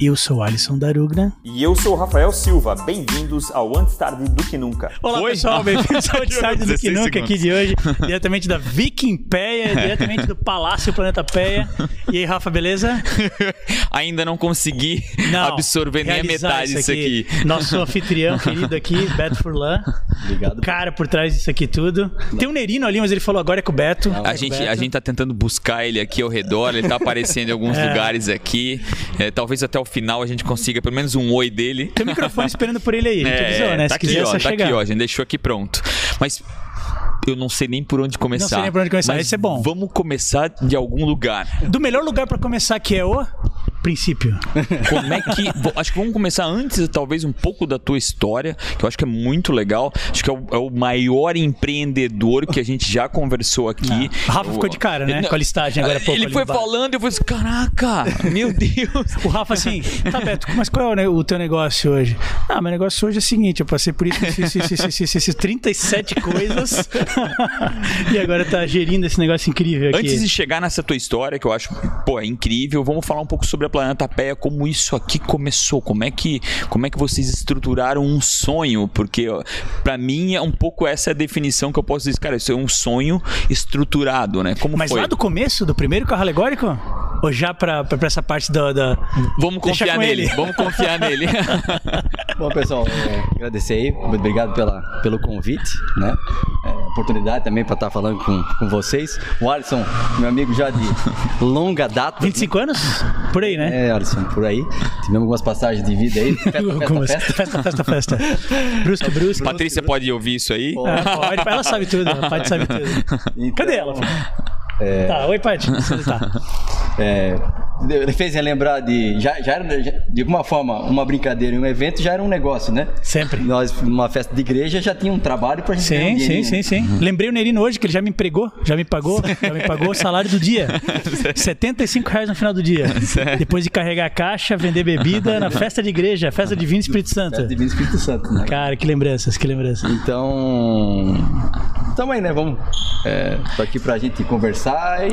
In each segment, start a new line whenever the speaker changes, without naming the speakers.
Eu sou Alisson Darugna.
E eu sou o Rafael Silva. Bem-vindos ao Antes Tarde do Que Nunca.
Olá,
Oi?
pessoal, bem-vindos ao Destaque do Que
16
Nunca aqui
segundos.
de hoje, diretamente da Vikingpeia, diretamente do Palácio Planeta Peia. E aí, Rafa, beleza?
Ainda não consegui absorver nem a
realizar
metade disso aqui.
Nosso anfitrião querido aqui, Beto Furlan.
Obrigado.
O cara por trás disso aqui tudo. Tem um Nerino ali, mas ele falou agora é com o Beto.
A gente, a gente tá tentando buscar ele aqui ao redor, ele tá aparecendo em alguns
É.
lugares aqui. É, talvez até o final a gente consiga pelo menos um oi dele.
Tem o microfone esperando por ele aí. A gente avisou,
É,
né?
tá
Se quiser,
aqui,
é
ó,
só
tá
chegar.
aqui, ó, a gente deixou aqui pronto. Mas eu não sei nem por onde começar.
Não sei nem por onde começar,
Mas
isso é bom.
Vamos começar de algum lugar.
Do melhor lugar pra começar, que é o princípio.
Como é que. vo- Acho que vamos começar antes, talvez, um pouco da tua história, que eu acho que é muito legal. Acho que é o, é o maior empreendedor que a gente já conversou aqui.
O Rafa ficou de cara, né?
Não.
Com a listagem agora há pouco.
Ele
ali
foi
no bar.
falando, eu falei assim, caraca, meu Deus.
O Rafa assim, tá, Beto, mas qual é o ne- o teu negócio hoje? Ah, meu negócio hoje é o seguinte, eu passei por isso, isso, isso, isso, isso, isso, isso, isso 37 coisas e agora tá gerindo esse negócio incrível aqui.
Antes de chegar nessa tua história, que eu acho, pô, é incrível, vamos falar um pouco sobre a Planeta Peia, como isso aqui começou, como é que, como é que vocês estruturaram um sonho, porque ó, pra mim é um pouco essa a definição que eu posso dizer, cara, isso é um sonho estruturado, né? Como
Mas
foi?
lá do começo, do primeiro carro alegórico? Ou já pra, pra, pra essa parte da... da-
Vamos
Deixa
confiar
com
nele,
ele.
vamos confiar nele.
Bom, pessoal, é, agradecer aí. Muito obrigado pela, pelo convite, né? É, oportunidade também para estar falando com, com vocês. O Alisson, meu amigo já de longa data.
25 anos? Por aí, né?
É, Alisson, por aí. Tivemos algumas passagens de vida aí. É, Festa, festa,
Algumas.
festa.
Festa, festa, festa. Brusque, brusque.
Patrícia pode ouvir isso aí?
Pô.
Ah, pode, ela sabe tudo, a Paty sabe tudo.
Então-
Cadê ela? Tá, oi, Paty. Você tá.
É, ele fez relembrar de. Já, já era, já- de alguma forma, uma brincadeira e um evento já era um negócio, né?
Sempre.
Nós, numa festa de igreja, já tinha um trabalho pra gente ganhar um
Sim, sim, sim,
dinheirinho.
sim. Lembrei o Nerino hoje que ele já me empregou, já me pagou, já me pagou o salário do dia. R$ 75 reais no final do dia. Depois de carregar a caixa, vender bebida na festa de igreja, festa de vinho Espírito Santo.
Festa Divino Espírito Santo, né?
Cara, que lembranças, que lembranças.
Então. Tamo aí, né? Vamos. É, tô aqui pra gente conversar e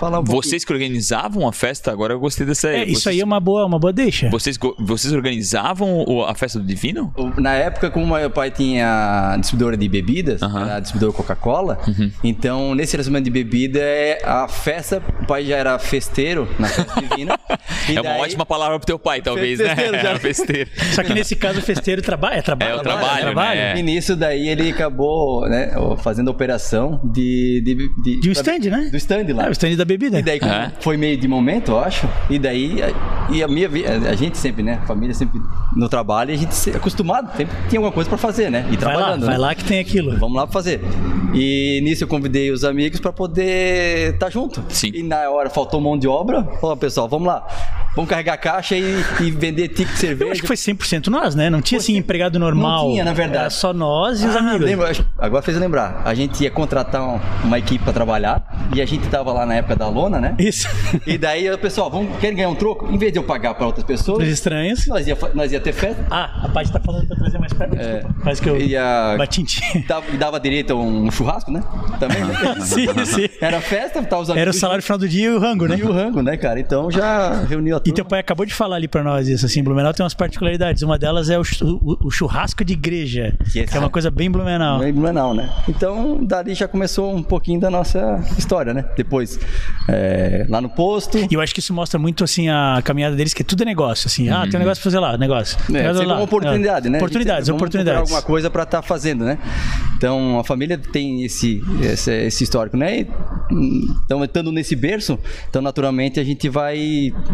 falar um pouco.
Vocês que organizavam a festa, agora eu gostei dessa
É, isso
vocês-
aí é uma boa, uma boa deixa.
Vocês, go- vocês organizavam o- a festa do Divino?
Na época, como meu pai tinha distribuidora de bebidas, era distribuidor Coca-Cola,
Uhum.
então nesse relacionamento de bebida é a festa, o pai já era festeiro na festa divina. e
é uma
daí-
ótima palavra pro teu pai, talvez, né?
Festeiro, já.
É, festeiro.
Só que nesse caso o festeiro traba é trabalho.
É o
né?
trabalho, né?
E nisso daí ele acabou né, fazendo a operação de. De,
De um stand, né?
Do stand lá.
Ah, o stand da bebida.
E daí como
É.
foi meio de momento, eu acho. E daí, a- e a minha vi- a a gente sempre, né? A família sempre no trabalho, a gente se- acostumado, sempre tinha alguma coisa pra fazer, né? E
vai lá,
trabalhando.
vai
né?
lá que tem aquilo.
Vamos lá fazer. E nisso eu convidei os amigos pra poder estar junto.
Sim.
E na hora faltou mão de obra. Falou, pessoal, vamos lá. Vamos carregar a caixa e, e vender ticket de cerveja.
Eu acho que foi 100% nós, né? Não tinha assim empregado normal.
tinha, na verdade.
Era só nós e os
Ah,
amigos.
lembra, acho- agora fez eu lembrar. A gente ia contratar um- uma equipe pra trabalhar e a gente tava lá na época da lona, né?
Isso.
E daí, o pessoal, vamos, querem ganhar um troco? Em vez de eu pagar para outras
Os
pessoas,
estranhos.
nós ia, fa- nós ia ter festa,
Ah, a Paty tá falando pra trazer mais perto, desculpa. Parece que eu
É. e a-
bati em ti.
dava, e dava direito a um churrasco, né? Também. né?
sim, sim.
Era festa, tá os
Ah, Era o
amigos
salário final do dia e o rango, né?
e o rango, né, cara? Então já reuniu a
E
turma.
teu pai acabou de falar ali pra nós isso, assim, Blumenau tem umas particularidades. Uma delas é o, chu- o- o churrasco de igreja, que
Que
é uma coisa bem Blumenau.
Não é Blumenau, né? Então, dali já começou um pouquinho da nossa história, né? Depois, é, lá no posto.
E eu acho que isso mostra muito, assim, a caminhada deles, que tudo é negócio, assim. Ah, tem um negócio pra fazer lá, negócio.
Uhum. É,
Negócio
sempre
lá.
uma oportunidade,
É.
né?
Oportunidades,
Vamos procurar
oportunidades.
alguma coisa para estar fazendo, né? Então, a família tem esse, esse, esse histórico, né? E, hum, Então, estando nesse berço, então, naturalmente, a gente vai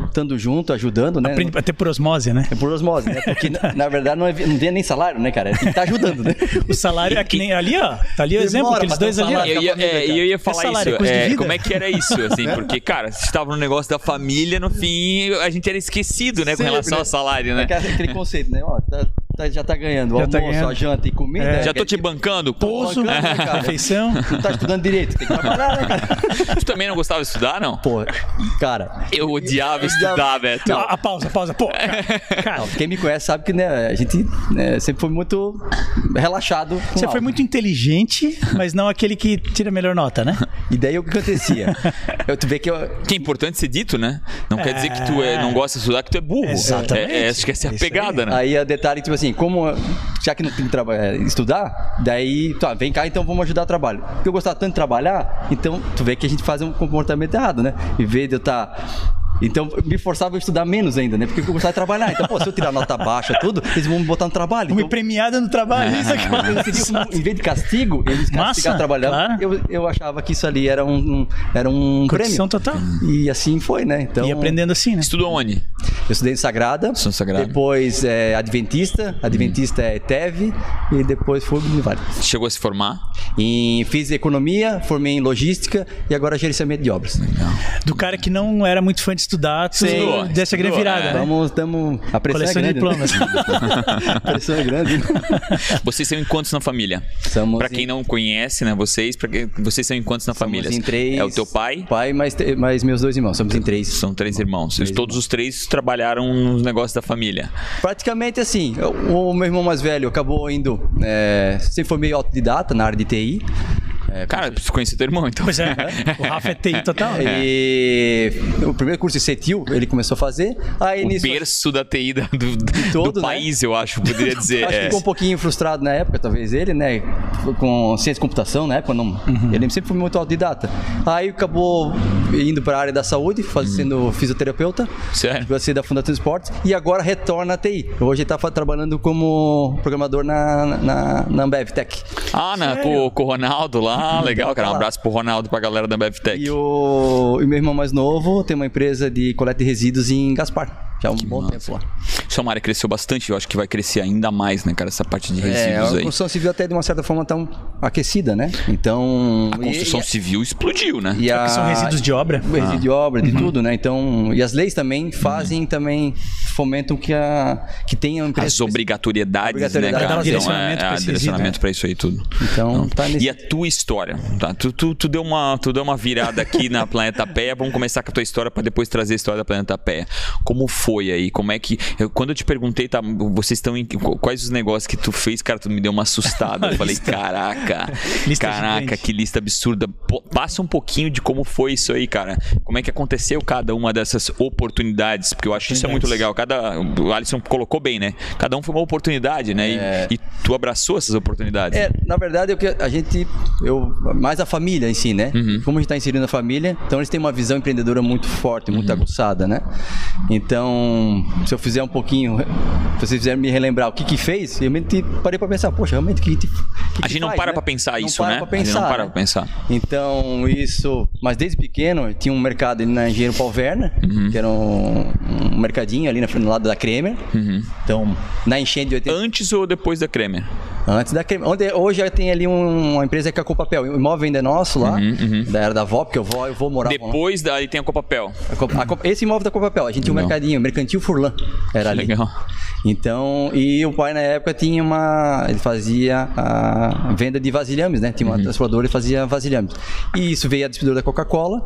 estando junto, ajudando, né?
Aprende até por osmose, né?
É por osmose, né? Porque, na, na verdade, não, é, não tem nem salário, né, cara? Tem que estar ajudando, né?
O salário é que nem ali, ó. Tá ali o
Demora
exemplo, aqueles
pra ter um
dois ali. ó.
salário.
Eu ia, é, eu ia falar
salário, é
isso.
custo de
é,
vida.
como é que era isso, assim? Porque, cara, vocês estavam no negócio da família, no fim, a gente era esquecido, né? Com
Sempre,
É
relação ao salário, né?
Aquela- Aquele conceito, né? Ó, tá- tá- já tá ganhando. O
Já
almoço,
tá ganhando. É. tá
a janta e comida. né,
Já tô
cara?
te bancando. Pô,
Pouso,
Bacana, né, cara?
refeição.
Tu tá estudando direito, tem que trabalhar, né, cara?
tu também não gostava de estudar, não?
Pô, cara,
Eu odiava
Eu
estudar,
odiava-
Beto.
Não, a pausa, a pausa. Pô, cara, cara,
Não, Quem me conhece sabe que né, a gente né, sempre foi muito relaxado. com
você
aula.
foi muito inteligente, mas não aquele que tira a melhor nota, né?
E daí o que acontecia? Eu, tu vê que eu.
Que é importante ser dito, né? Não quer dizer que tu é-
É.
não gosta de estudar, que tu é burro.
Exatamente.
É, é, acho que essa é a
Isso aí.
pegada, né?
Aí o detalhe, tipo assim, como eu- já que não tem que traba- é, estudar, daí, tá, vem cá, então vamos ajudar o trabalho. Porque eu gostava tanto de trabalhar, então tu vê que a gente faz um comportamento errado, né? Em vez de eu estar. Então eu me forçava a estudar menos ainda, né? Porque eu gostava de trabalhar. Então, pô, se eu tirar nota baixa, tudo, eles vão me botar no trabalho.
Fui
Então,
premiada no trabalho, isso aqui.
Eu decidi, como, em vez de castigo, eles castigavam trabalhando.
claro.
Eu, eu achava que isso ali era um, um- era um
Condição
prêmio.
total.
E assim foi, né? Então,
E aprendendo assim, né?
Estudou onde?
Eu estudei em Sagrada.
Estudou em Sagrada.
Depois é, Adventista. Adventista é ETEV. E depois fui Univale.
Chegou a se formar?
E fiz economia, formei em logística e agora gerenciamento de obras.
Do cara que não era muito fã de estudar, tu
Sim.
dessa grande
Estudou,
virada,
é.
né?
Vamos, estamos. A pressão
Coleção
é
de
grande. né?
diplomas.
a pressão é grande.
Vocês são em quantos na família?
Somos
Pra quem
em-
não conhece, né? Vocês, pra quem- vocês são em quantos na família?
Somos em três.
É o teu pai?
Pai, mais, te- mais meus dois irmãos. Somos em três.
São três irmãos. Eles todos os três trabalharam nos negócios da família.
Praticamente assim, o o meu irmão mais velho acabou indo, é, sempre foi meio autodidata na área de TI. É,
Cara, eu preciso conhecer teu irmão, então.
Pois é, o Rafa é TI total.
E o primeiro curso de CETIL ele começou a fazer. Aí
O
nisso,
berço da TI da- do,
todo,
do
né?
país, eu acho, poderia dizer.
acho que
é.
ficou um pouquinho frustrado na época, talvez ele, né? Com ciência de computação na época, não. Ele sempre foi muito autodidata. Aí acabou indo para a área da saúde, fazendo
Uhum.
fisioterapeuta.
Sério?
Vai ser da Fundação Esportes e agora retorna à TI. Hoje ele tá fa- trabalhando como programador na, na, na Ambev Tech.
Ah, na, com, com o Ronaldo lá, legal, cara. Um
Uhum. lá.
abraço pro Ronaldo, pra galera da BevTech.
E o e meu irmão mais novo tem uma empresa de coleta de resíduos em Gaspar. Já há um bom tempo lá.
Isso é uma área que cresceu bastante, eu acho que vai crescer ainda mais, né, cara, essa parte de
É, a
resíduos aí.
construção civil até de uma certa forma tão aquecida, né? Então.
A construção civil Ah. explodiu, né?
e, e a,
que são resíduos de obra? Uhum.
Resíduo de obra, de tudo, né? Então. E as leis também fazem, também fomentam que, a, que tenha
As
empresas.
obrigatoriedades, né,
Obrigatoriedade, dá
cara?
um
direcionamento
é,
pra
é,
esses resíduos,
direcionamento pra isso aí tudo.
Então,
Não.
tá nesse-
E a tua história, tá? Tu, tu, tu deu uma, tu deu uma virada aqui na Planeta Péia. Vamos começar com a tua história pra depois trazer a história da Planeta Péia. Como foi aí? Como é que... eu- quando eu te perguntei, tá, vocês estão em... Quais os negócios que tu fez, cara, tu me deu uma assustada. Eu falei, caraca.
Lista
caraca,
gigante.
que lista absurda. Pô, passa um pouquinho de como foi isso aí, cara. Como é que aconteceu cada uma dessas oportunidades? Porque eu acho isso é muito legal. Cada, o Alisson colocou bem, né? Cada um foi uma oportunidade, né? E- E, tu abraçou essas oportunidades.
É, na verdade, o que a gente. Eu, mais a família em si, né?
Uhum.
Como a gente está inserindo a família, então eles têm uma visão empreendedora muito forte, muito
Uhum.
aguçada, né? Então, se eu fizer um pouquinho. Se vocês fizerem me relembrar o que que fez, eu realmente parei para pensar, poxa, realmente o que a gente. o que
A
que
gente não
faz,
para
né?
pra pensar isso,
não
né?
Para
A
pra
gente
pensar,
não para
né?
pra pensar.
Então, isso. Mas desde pequeno, tinha um mercado ali na Engenheiro Paul Werner,
Uhum.
que era um, um mercadinho ali na frente do lado da Kremer.
Uhum.
Então, na enchente de 80.
Antes ou depois da Kremer?
Antes da creme. Onde, hoje já tem ali um- uma empresa que é com papel. O imóvel ainda é nosso lá. Da era da VOP, que eu vou, eu vou morar lá.
Uhum, Depois da, aí tem a Copapel.
A Copa- a Copa- esse imóvel da Copapel, a gente tinha um
Não.
mercadinho, mercantil Furlan. Era ali.
Legal.
Então, e o pai na época tinha uma. Ele fazia a venda de vasilhames, né? Tinha uma
Uhum.
transportadora e fazia vasilhames. E isso veio a distribuidora da Coca-Cola.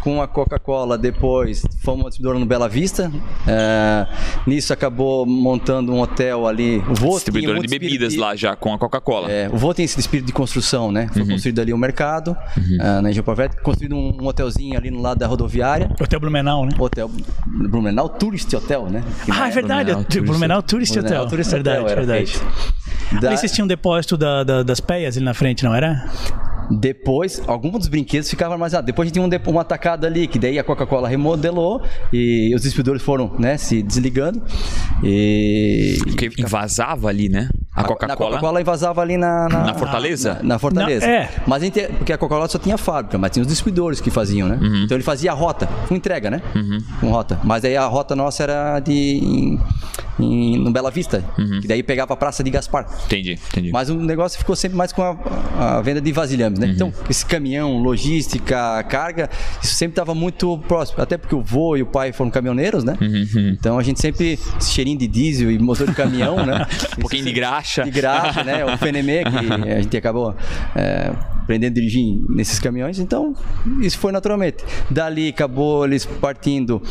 Com a Coca-Cola, depois fomos uma distribuidora no Bela Vista. É, nisso acabou montando um hotel ali. O vô tinha
Distribuidora de
muito um espírito
bebidas lá já com a Coca-Cola.
é, o vô tem esse espírito de construção, né?
Uhum.
Foi construído ali um mercado ah, na região Pavete, construído um, um hotelzinho ali no lado da rodoviária.
Hotel Blumenau, né?
Hotel Blumenau Tourist Hotel, né? Que na
Ah, é
época-
verdade.
Blumenau
Blumenau,
Tourist-
Blumenau Tourist
Blumenau
Hotel.
Tourist
verdade,
Hotel era
verdade.
feito. Da-
Ali vocês tinham um depósito da- da- das peias ali na frente, não era?
Depois, alguns dos brinquedos ficavam armazenados. Depois a gente tinha um, depo- um atacado ali, que daí a Coca-Cola remodelou e os distribuidores foram né, se desligando. E.
Porque invasava ali, né? A
Na
Coca-Cola.
Coca-Cola invasava ali na, na,
Na Fortaleza?
Na, na Fortaleza.
Não, é.
Mas a gente- porque a Coca-Cola só tinha fábrica, mas tinha os distribuidores que faziam, né? Então ele fazia a rota, com entrega, né? Com rota. Mas aí a rota nossa era de. em- em- no Bela Vista, que daí pegava a Praça de Gaspar.
Entendi, entendi.
Mas o negócio ficou sempre mais com a, a venda de vasilhames, né? Então, esse caminhão, logística, carga, isso sempre estava muito próximo. Até porque o vô e o pai foram caminhoneiros, né? Então a gente sempre, esse cheirinho de diesel e motor de caminhão, né?
um pouquinho de
Isso sempre-
graxa.
de graça, né? O Fenemê, que a gente acabou é, aprendendo a dirigir nesses caminhões, então isso foi naturalmente. Dali acabou eles partindo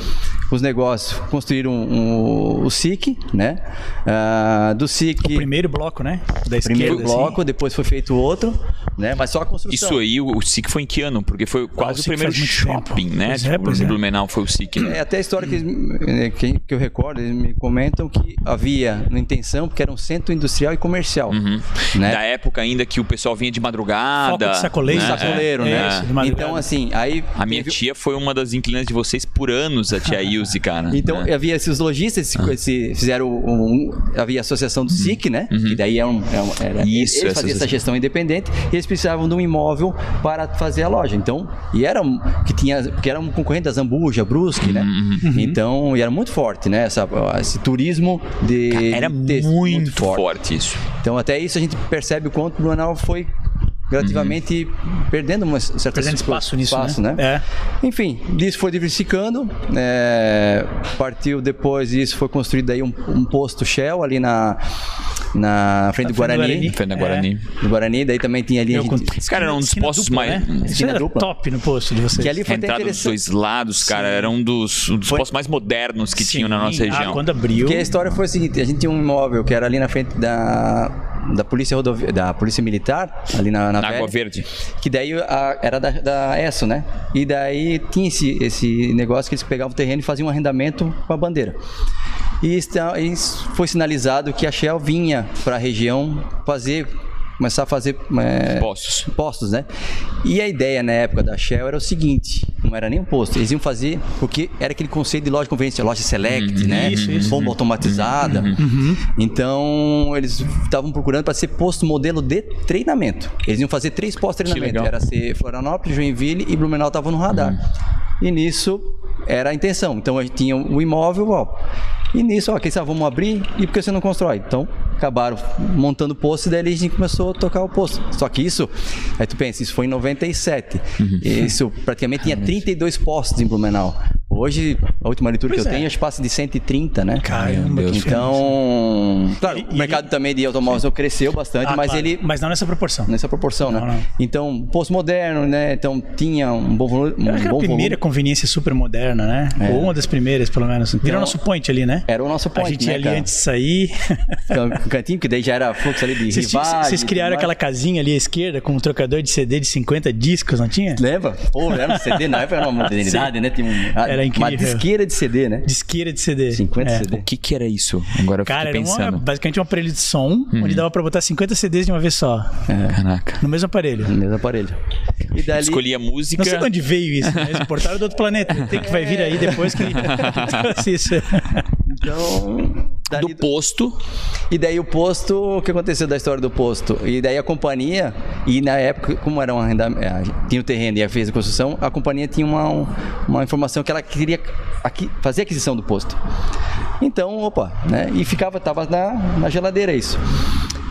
os negócios, construíram um- o SIC, né? Ah, do SIC.
Primeiro bloco, né? Da
Primeiro
esquerda,
bloco, depois foi feito outro, né? Mas só a construção.
Isso aí, o, o SIC foi em que ano? Porque foi
Ah,
quase
o
o,
SIC
primeiro
faz muito
shopping,
tempo.
né?
Pois é,
Tipo,
pois
em
é.
Blumenau foi o SIC, né?
É até a história que, eles me- eh, que, que eu recordo, eles me comentam que havia na intenção, porque era um centro industrial e comercial. Né?
Da época ainda que o pessoal vinha de madrugada.
Foco de sacoleiro,
né?
sacoleiro. É,
Sacoleiro, né?
isso, de madrugada.
então, assim, aí.
A minha
teve-
tia foi uma das inquilinas de vocês por anos, a tia Ilse, cara.
Então
né?
havia esses lojistas esse- esse- fizeram um, um- havia a associação do SIC, né? Que daí é um, é um- era,
Uhum. Isso, essa
eles faziam essa
associação.
gestão independente e eles precisavam de um imóvel para fazer a loja. Então, e era um- que tinha que era um concorrente da Zambuja, Brusque, né?
Uhum,
Então, e era muito forte, né? Essa- esse turismo de
era
de-
muito, forte. isso.
Então, até isso a gente percebe o quanto o Blumenau foi gradativamente perdendo uma certa
Perdendo espaço nisso,
espaço,
né?
né? Enfim, disso foi diversificando. é, partiu depois isso foi construído aí um, um posto Shell ali na, na frente
frente
do
do
Guarani.
Guarani.
Foi na
É.
Guarani.
Do Guarani, daí também tinha ali. a
Eu
gente-
conto-
Esse cara era um dos
É Esquina
postos
dupla,
mais.
Né? Isso
Esquina
era
dupla.
top no posto de vocês.
Que ali
A
foi até
entrada dos
interessante.
dois lados, cara, era um dos, um dos
Foi-
postos mais modernos que tinham na nossa
Sim.
região.
Ah, quando abriu.
Porque a história foi a seguinte: a gente tinha um imóvel que era ali na frente da, da polícia rodovi... da polícia militar ali na, na
Na Água
Velha.
Verde.
Que daí a- era da, da ESSO, né? E daí tinha esse, esse negócio que eles pegavam o terreno e faziam um arrendamento com a bandeira. E está- e s- foi sinalizado que a Shell vinha para a região fazer, começar a fazer é,
Postos.
postos, né? E a ideia na época da Shell era o seguinte: não era nem um posto, eles iam fazer porque era aquele conceito de loja de conveniência, loja select, né?
Uhum. Isso, isso. Uhum.
Bomba automatizada. Então eles estavam procurando para ser posto modelo de treinamento. Eles iam fazer três postos de treinamento:
legal.
era ser Florianópolis, Joinville e Blumenau estavam no radar. E nisso era a intenção. Então a gente tinha o imóvel, ó. E nisso, ó, quem sabe vamos abrir e por que você não constrói? Então, acabaram montando o posto e daí a gente começou a tocar o posto. Só que isso, aí tu pensa, isso foi em 97.
Uhum.
Isso praticamente tinha 32 postos em Blumenau. Hoje, a última leitura
Pois
que eu
é.
tenho, acho que passa de 130, né?
Caramba, que
Então, claro,
E-
o mercado também de automóveis cresceu bastante,
Ah,
mas
claro,
ele
Mas não nessa proporção.
nessa proporção,
Não,
né?
não.
Então, posto moderno, né? Então tinha um bom volume. Um
Eu acho que era
bom
a primeira
volume. É.
conveniência super moderna, né? Ou uma das primeiras, pelo menos. Virou
Não.
nosso point ali, né?
Era o nosso
A
point,
gente
né,
ia ali
cara?
antes de sair.
Então, o cantinho, que daí já era fluxo ali de
Vocês, tinham-
rivais.
vocês
e tudo
criaram
mais.
aquela casinha ali à esquerda com um trocador de CD de 50 discos, não tinha?
Lembra? Pô, era um CD, na época era uma modernidade, né? Tinha um,
Era
Uma
incrível.
disqueira de CD, né?
Disqueira de CD.
50
É.
CD.
O que que era isso? Agora eu
Cara,
fiquei
era uma,
pensando.
basicamente uma aparelho de som
Uhum.
onde dava pra botar 50 CDs de uma vez só.
Caraca.
No mesmo aparelho.
No mesmo aparelho. E dali,
Escolhi a música.
Não sei de onde veio isso, né? Eles importaram do outro planeta. Tem que vai vir aí depois que trouxe isso.
então, dali-
do posto.
E daí o posto, o que aconteceu da história do posto? E daí a companhia, e na época, como era um arrendamento, tinha o terreno e a fez a construção, a companhia tinha uma, um- uma informação que ela queria aqui, fazer a aquisição do posto. Então, opa, né? E ficava, tava na, na geladeira isso.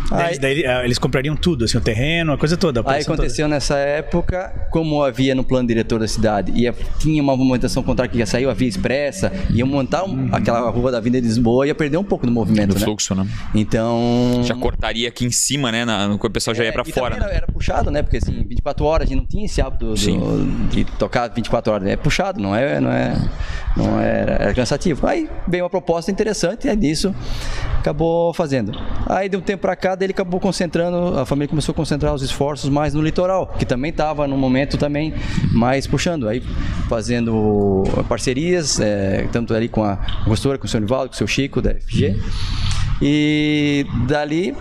Daí,
Aí,
eles- daí, ah, eles comprariam tudo, assim, o terreno, a coisa toda. a
aí
operação toda.
aconteceu nessa época, como havia no plano diretor da cidade, e a- tinha uma movimentação contrária que já saiu, havia expressa, ia montar um- aquela rua da Avenida de Lisboa, ia perder um pouco do movimento,
Do
né?
fluxo, né?
Então...
Já cortaria aqui em cima, né? Na, no- o pessoal já ia
É,
pra
e
fora.
também Era, era puxado, né? Porque assim, 24 horas a gente não tinha esse hábito do-
Sim.
de tocar 24 horas. É puxado, não é. Não é, não é era, era cansativo. Aí veio uma proposta interessante e aí disso acabou fazendo. Aí de um tempo pra cá, daí ele acabou concentrando, a família começou a concentrar os esforços mais no litoral, que também estava no momento também mais puxando. Aí fazendo parcerias, é, tanto ali com a gostora, com o seu Nivaldo, com o seu Chico da FG. E dali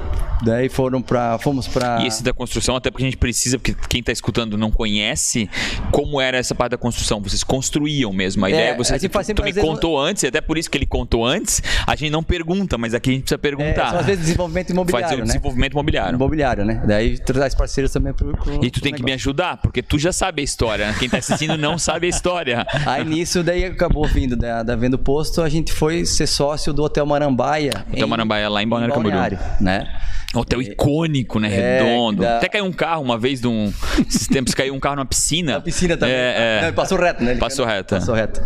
Daí foram para fomos para
E esse da construção, até porque a gente precisa, porque quem está escutando não conhece, como era essa parte da construção? Vocês construíam mesmo a
É,
ideia? Você,
a gente faz
tu- tu
sempre,
me
às vezes,
contou antes, e até por isso que ele contou antes, a gente não pergunta, mas aqui a gente precisa
é,
perguntar.
são às vezes desenvolvimento imobiliário,
Fazer o
né?
desenvolvimento imobiliário.
Imobiliário, né? Daí trazer as parceiras também pro, pro
E tu tem que me ajudar, porque tu já sabe a história. né? Quem tá assistindo não sabe a história.
Aí nisso, daí acabou vindo da, da venda do posto, a gente foi ser sócio do Hotel Marambaia.
Hotel
em-
Marambaia, lá em Balneário
em
Camboriú.
né?
Hotel icônico, né?
É,
Redondo.
da-
Até caiu um carro uma vez de um. Esses tempos caiu um carro numa piscina.
Na piscina também.
É, é.
Não, ele passou reto, né? Ele
Passou
caiu-
reto.
Passou reto.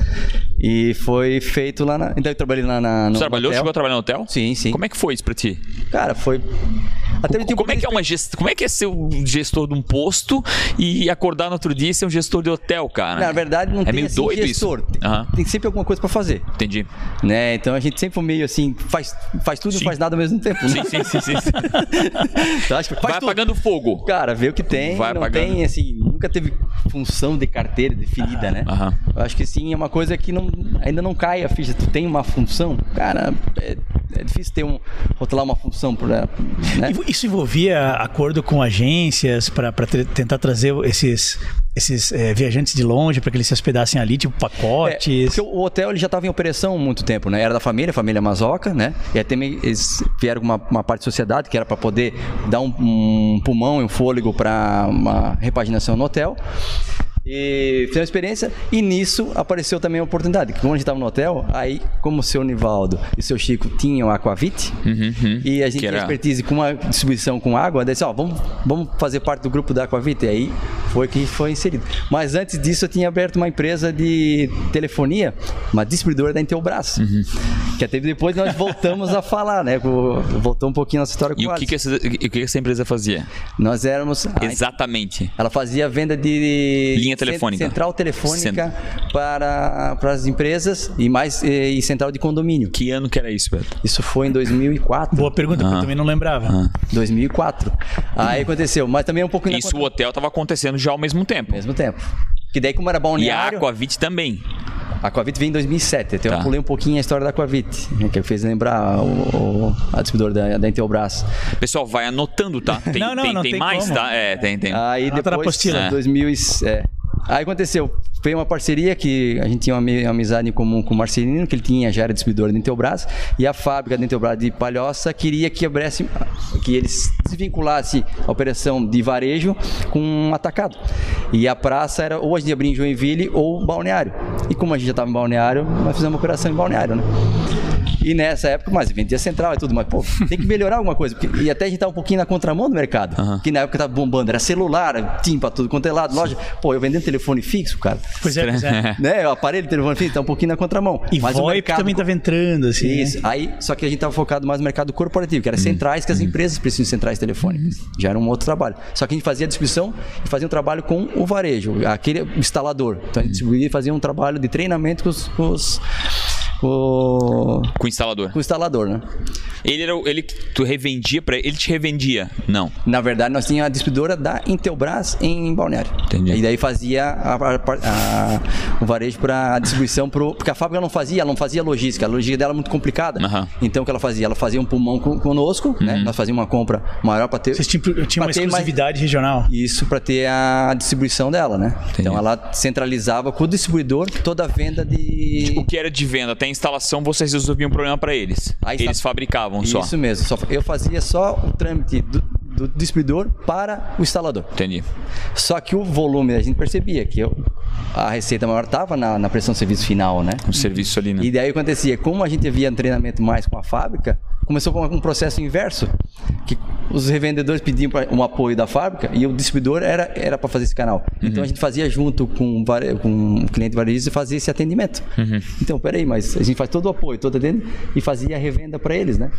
E foi feito lá na. Então eu trabalhei lá na. no
Tu trabalhou?
hotel.
Chegou a trabalhar no hotel?
Sim, sim.
Como é que foi isso pra ti?
Cara, foi. Até tipo eu tive
Como é que é uma gest... Como é que é ser um gestor de um posto e acordar no outro dia e ser um gestor de hotel, cara?
Na verdade, não
É
tem
meio
assim,
doido
gestor.
isso.
Tem-
Aham.
Tem sempre alguma coisa pra fazer.
Entendi.
Né? Então a gente sempre foi meio assim, faz, faz tudo e
Sim.
faz nada ao mesmo tempo.
Sim,
né?
sim, sim, sim. sim.
Então, acho que faz
Vai
tudo.
apagando fogo.
Cara, vê o que tem,
Vai
não
apagando.
tem, assim, nunca teve função de carteira definida, né?
aham.
Eu acho que sim, é uma coisa que não, ainda não cai a ficha. Tu tem uma função, cara, é, é difícil ter um, rotular uma função pra, né?
E Isso envolvia acordo com agências para tentar trazer esses, esses eh, viajantes de longe para que eles se hospedassem ali, tipo
É,
pacotes.
porque o hotel ele já estava em operação há muito tempo, né? Era da família, família Mazoca, né? E aí também eles vieram com uma, uma parte de sociedade que era para poder dar um, um pulmão e um fôlego para uma repaginação no hotel. E fizeram experiência, e nisso apareceu também a oportunidade. que Quando a gente estava no hotel, aí, como o seu Nivaldo e o seu Chico tinham a Aquavit,
Uhum,
e a gente
Que
tinha
era-
expertise com a distribuição com água, daí disse, ó, vamos, vamos fazer parte do grupo da Aquavita. E aí foi que foi inserido. Mas antes disso eu tinha aberto uma empresa de telefonia, uma distribuidora da Intelbras.
Uhum.
Que até depois nós voltamos a falar, né? com- Voltou um pouquinho nossa história com
E o que, é que, essa, e o que que essa empresa fazia?
Nós éramos... a-
Exatamente.
ela fazia venda de
Linha
cen-
telefônica.
central telefônica para, para as empresas e mais e, e central de condomínio.
Que ano que era isso, Beto?
Isso foi em 2004.
Boa pergunta, porque eu também não lembrava.
2004. Aí aconteceu, mas também é um pouco
Isso o
inacon-
hotel tava acontecendo já ao mesmo tempo.
ao mesmo tempo. Que daí, como
E
era
a
balneário.
Aquavit também.
A Aquavit veio em 2007. Então
Tá.
eu pulei um pouquinho a história da Aquavit, né, que fez lembrar o, o- a distribuidora da, da Intelbras.
Pessoal, vai anotando, tá? Tem,
Não, não,
tem,
não
tem
tem
mais,
como.
tá? É, tem, tem.
Aí
Anota na
depois.
apostila.
É. 2000 e- é. Aí aconteceu, veio uma parceria que a gente tinha uma ami- amizade em comum com o Marcelino, que ele tinha, já era distribuidor da Intelbras, e a fábrica da Intelbras de Palhoça queria que abresse, que eles desvinculassem a operação de varejo com um atacado. E a praça era ou a gente abria em Joinville ou Balneário. E como a gente já estava em Balneário, nós fizemos uma operação em Balneário, né? E nessa época, mas vendia central e tudo, mas pô, tem que melhorar alguma coisa. Porque, e até a gente tá um pouquinho na contramão do mercado. Que na época tava bombando, era celular, tinha pra tudo quanto é lado, loja. Pô, eu vendendo telefone fixo, cara.
Pois é, pois é.
Né? O aparelho de telefone fixo tá um pouquinho na contramão.
E VoIP também estava entrando, assim. né? Uhum.
Isso. Aí, só que a gente estava focado mais no mercado corporativo, que era centrais, que as empresas precisam de centrais telefônicas. Já era um outro trabalho. Só que a gente fazia a distribuição e fazia um trabalho com o varejo, aquele instalador. Então a gente distribuía e fazia um trabalho de treinamento com os. Com os com-
Com o instalador.
com o instalador, né?
Ele era o- ele que tu revendia para ele, ele te revendia. Não.
Na verdade, nós tínhamos a distribuidora da Intelbras em Balneário.
Entendi.
E daí fazia a- a- a- o varejo para a distribuição pro. Porque a fábrica não fazia, ela não fazia logística. A logística dela é muito complicada.
Aham. Uhum.
Então o que ela fazia? Ela fazia um pulmão com- conosco, né? Nós fazíamos uma compra maior para ter.
Vocês tinham, tinham uma
pra ter mais-
exclusividade regional.
Isso para ter a distribuição dela, né? Então ela centralizava com o distribuidor toda a venda de.
O que era de venda até a instalação, vocês resolviam o problema para eles.
Aí está-
eles fabricavam um só.
Isso mesmo. Só, eu fazia só o trâmite do, do distribuidor para o instalador.
Entendi.
Só que o volume a gente percebia que eu- a receita maior estava na, na prestação de serviço final, né?
Um serviço ali, né?
E daí acontecia, como a gente via um treinamento mais com a fábrica, começou com um processo inverso, que os revendedores pediam pra- um apoio da fábrica e o distribuidor era para fazer esse canal.
Uhum.
Então a gente fazia junto com, o vare- com o cliente varejista e fazia esse atendimento.
Uhum.
Então, peraí, mas a gente faz todo o apoio, todo atendimento e fazia a revenda para eles, né?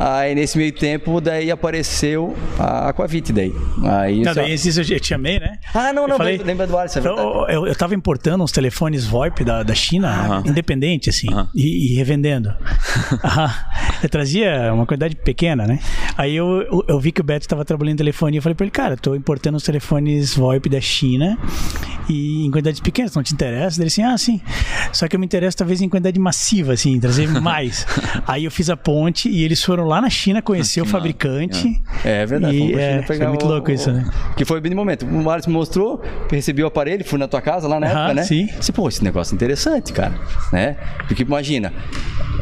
Aí nesse meio tempo, daí apareceu a Aquavit daí. Aí
Não,
só-
daí esses eu, eu te amei, né?
Ah, não,
Eu
não,
falei-
lembra- lembra do Alisson, é
Então,
verdade.
eu, eu tava importando uns telefones VoIP da, da China, independente, assim, e, e revendendo. Aham. Eu trazia uma quantidade pequena, né? Aí eu, eu, eu vi que o Beto estava trabalhando em telefonia. Eu falei pra ele, cara, eu tô importando os telefones VoIP da China e em quantidades pequenas, não te interessa? Ele assim, ah, sim. Só que eu me interesso talvez em quantidade massiva, assim, trazer mais. Aí eu fiz a ponte e eles foram lá na China conhecer o
China,
fabricante.
É verdade.
E,
fomos pra China
é,
pegar
foi muito
o-
louco
o-
isso, né?
Que foi bem no momento. O Marcos me mostrou, recebi o aparelho, fui na tua casa lá na
Aham,
época, né?
sim.
Disse, pô, esse negócio é interessante, cara. Né? Porque imagina,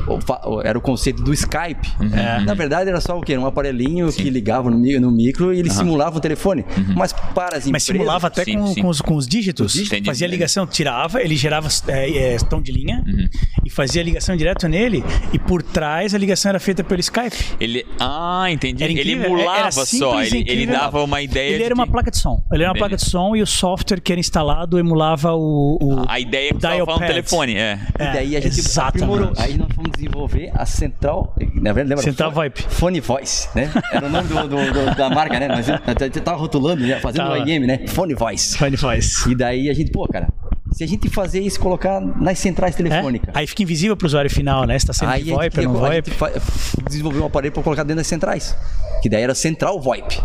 o fa- o- era o conceito do Skype.
Uhum.
É. Na verdade, era só o quê? Era Um aparelhinho que ligava no, mi- no micro e ele simulava o telefone. Mas para as empresas...
Uhum. Mas simulava até
Sim,
com,
sim.
com os, com os dígitos.
Os dígitos.
Fazia ligação, tirava, ele gerava é, é, tom de linha
Uhum.
e fazia ligação direto nele. E por trás a ligação era feita pelo Skype.
Ele, ah, entendi.
Era
ele
incrível, era-
emulava
era
só.
simples,
Ele, ele
incrível.
dava uma ideia.
Ele
de
era uma
que-
placa de som. Ele era uma
Entendi.
placa de som e o software que era instalado emulava o. o-
A ideia que
o
estava
dial
falando no
pad.
telefone, é.
É,
E daí a gente
exatamente.
aprimorou. Aí nós fomos desenvolver a Central. Na verdade, lembra?
Central
Fone-
VoIP.
Fone Voice, né? Era o nome do- do- do- da marca, né? Nós até até tava rotulando, né? fazendo
Tava.
um IM, né? Fone Voice.
Fone voice.
E daí a gente, pô, cara, se a gente fazer isso, colocar nas centrais
É?
telefônicas.
Aí fica invisível pro usuário final, né? Se tá sendo de
a
VoIP
gente,
ou não
a
VoIP.
gente fa- desenvolveu um aparelho pra colocar dentro das centrais. Que daí era Central VoIP.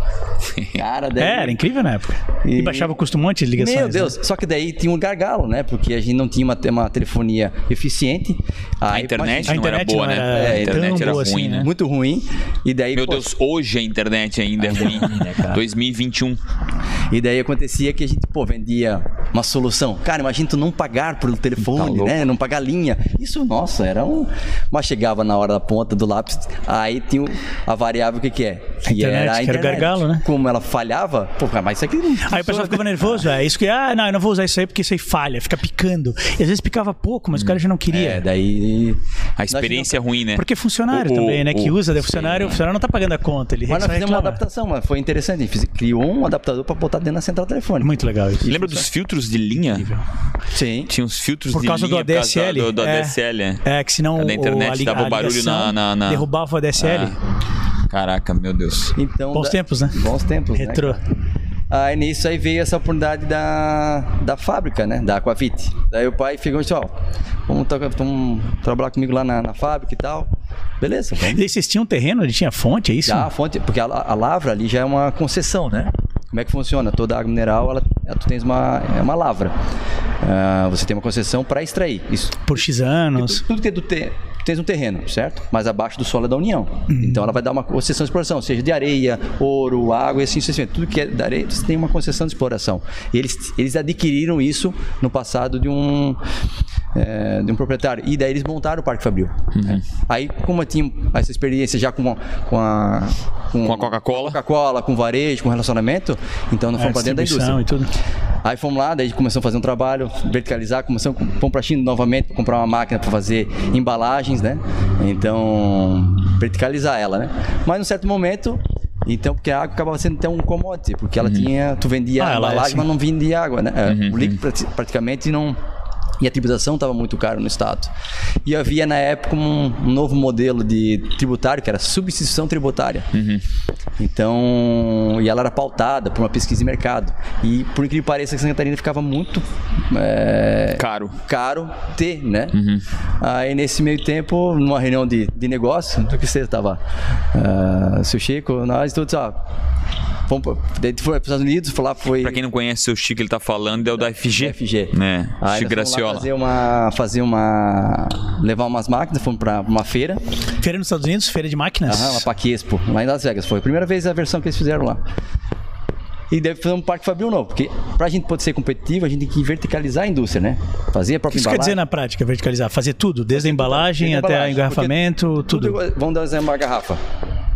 Cara, daí.
É, era incrível na época. E,
E-
baixava o custo um monte de ligações.
Meu
né?
Deus, só que daí tinha um gargalo, né? Porque a gente não tinha uma, uma telefonia eficiente.
A
Aí,
internet
Ah, A
não era
internet
boa,
não
né?
era
a internet
tão
era
boa
ruim,
assim,
né?
né?
muito ruim. E daí,
Meu
pô,
Deus, hoje a internet ainda é ruim.
né,
2021.
E daí acontecia que a gente, pô, vendia uma solução. Cara, imagina tu não pagar pelo
Tá
telefone,
louco.
né? Não pagar linha. Isso, nossa, era um. Mas chegava na hora da ponta do lápis, aí tinha o- a variável que, que é? Que
Internet, que era o gargalo, né?
Como ela falhava, pô, cara, mas isso aqui não.
Aí o pessoal ficava nervoso, é isso que, ah, não, eu não vou usar isso aí porque isso aí falha, fica picando. E às vezes picava pouco, mas o cara já não queria.
É, daí.
A experiência é ruim, né?
Porque funcionário
O- o-
também, né? Que
o-
usa, daí o funcionário, o funcionário não tá pagando a conta, ele
Mas
só
nós fizemos uma
reclama.
adaptação, mas foi interessante. A gente fiz- criou um adaptador pra botar dentro da central telefônica.
Muito legal isso.
Lembra dos filtros de linha?
Sim.
Tinha uns filtros
Por
de
causa do
linha
ADSL.
é por causa do, do
é.
ADSL. é.
É, que senão
A da
o-
internet
liga-
dava um barulho
ligação
na- na- na-
derrubava o ADSL. É.
Ah, Caraca, meu Deus.
Então,
Bons
da-
tempos, né?
Bons tempos, né,
Retrô.
cara? Aí nisso aí veio essa oportunidade da, da fábrica, né? Da Aquavit. Daí o pai ficou e disse, ó, vamos, to- vamos trabalhar comigo lá na, na fábrica e tal. Beleza.
E
vamos.
daí vocês tinham um terreno, ele tinha fonte, é isso?
Já a fonte, porque a, a lavra ali já é uma concessão, né? Como é que funciona? Toda água mineral, ela, ela- tu tens uma, é uma lavra. Ah, você tem uma concessão para extrair isso.
Por X anos.
Tu- Tudo que tu te- tu tens um terreno, certo? Mas abaixo do solo é da União. Então ela vai dar uma concessão de exploração, seja de areia, ouro, água e assim sucessivamente. Tudo que é da areia, você tem uma concessão de exploração. E eles, eles adquiriram isso no passado de um, é, de um proprietário. E daí eles montaram o Parque Fabril. né? Aí, como eu tinha essa experiência já com a, com a,
Com a Coca-Cola.
Coca-Cola, com varejo, com relacionamento, então não
É,
fomos para dentro da indústria.
distribuição e tudo.
Aí fomos lá, daí começamos a fazer um trabalho, verticalizar, começamos, fomos pra China novamente pra comprar uma máquina pra fazer embalagens, né? Então, verticalizar ela, né? Mas num certo momento, então, porque a água acabava sendo até um commodity, porque ela tinha, tu vendia
Uhum. Ah,
a
ela é
embalagem,
assim.
mas não vendia água, né? É, O líquido prati- praticamente não... E a tributação estava muito caro no Estado. E havia, na época, um um novo modelo de tributário, que era substituição tributária. Então, e ela era pautada por uma pesquisa de mercado. E por incrível que pareça, Santa Catarina ficava muito é,
Caro.
caro ter, né? Aí nesse meio tempo, numa reunião de, de negócio, do que você estava, ah, seu Chico, nós todos, ó, fomos pra- daí foi para os Estados Unidos, foi lá foi
Pra quem não conhece o seu Chico, ele tá falando, é o da FG.
FG.
Né?
Aí
Chico
nós fomos
Graciola.
lá fazer uma, fazer uma, levar umas máquinas, fomos para uma feira.
Feira nos Estados Unidos, feira de máquinas.
Aham, a Paquespo, lá em Las Vegas. Foi a primeira vez a versão que eles fizeram lá. E deve fazer um parque Fabril novo, porque pra gente poder ser competitivo, a gente tem que verticalizar a indústria, né? Fazer a
O que
própria
isso quer dizer
embalagem.
na prática, verticalizar? Fazer tudo, desde a embalagem
Desde a
até o
embalagem,
engarrafamento, tudo.
igual- Vamos dar um exemplo, uma garrafa.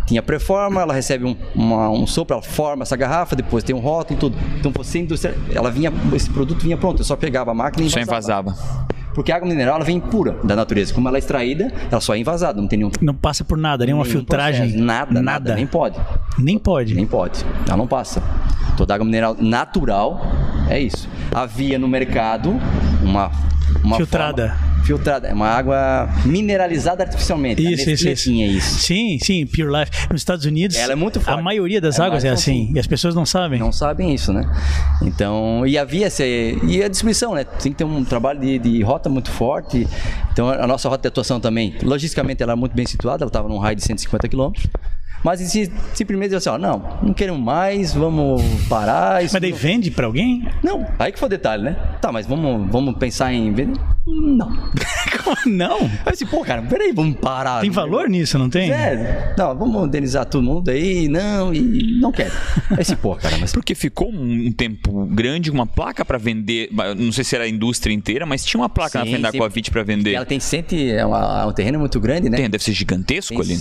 Tinha pré-forma, ela recebe um, uma- um sopro, ela forma essa garrafa, depois tem um rótulo e tudo. Então você indústria, ela vinha, esse produto vinha pronto, eu só pegava a máquina e
Só
envasava.
invasava.
Porque a água mineral ela vem pura da natureza, como ela é extraída, ela só é invasada, não tem nenhum
Não passa por nada, nenhuma
nenhum
filtragem.
processo, nada, nada, nem pode.
Nem pode.
Nem pode. Ela não passa. Toda água mineral natural é isso. Havia no mercado uma. uma
Filtrada.
forma- filtrada. É uma água mineralizada artificialmente. A
Isso, isso,
Nestlé
isso.
tinha é isso.
Sim, sim, Pure Life. Nos Estados Unidos,
Ela é muito forte.
a maioria das
É
águas
mais
é assim.
fofinha.
E as pessoas não sabem.
Não sabem isso, né? Então, e havia essa. E a distribuição, né? Tem que ter um trabalho de, de rota muito forte. Então, a nossa rota de atuação também, logisticamente, ela é muito bem situada, ela estava num raio de 150 quilômetros. Mas em si, simplesmente dizer assim, ó, não, não queremos mais, vamos parar. Isso
Mas daí vende pra alguém?
Não, aí que foi o detalhe, né? Tá, mas vamos, vamos pensar em vender? Não.
Como assim? não?
Aí eu disse, pô, cara, peraí, vamos parar.
Tem
né?
valor nisso, não tem?
É, não, vamos modernizar todo mundo aí, não, e não quero. Aí eu disse, pô, cara, mas
Porque ficou um um tempo grande uma placa pra vender, ba- não sei se era a indústria inteira, mas tinha uma placa na
Sim,
frente da
sim.
Aquavit pra vender.
ela tem cento, e- é uma- um terreno muito grande, né?
Tem, deve ser gigantesco ali.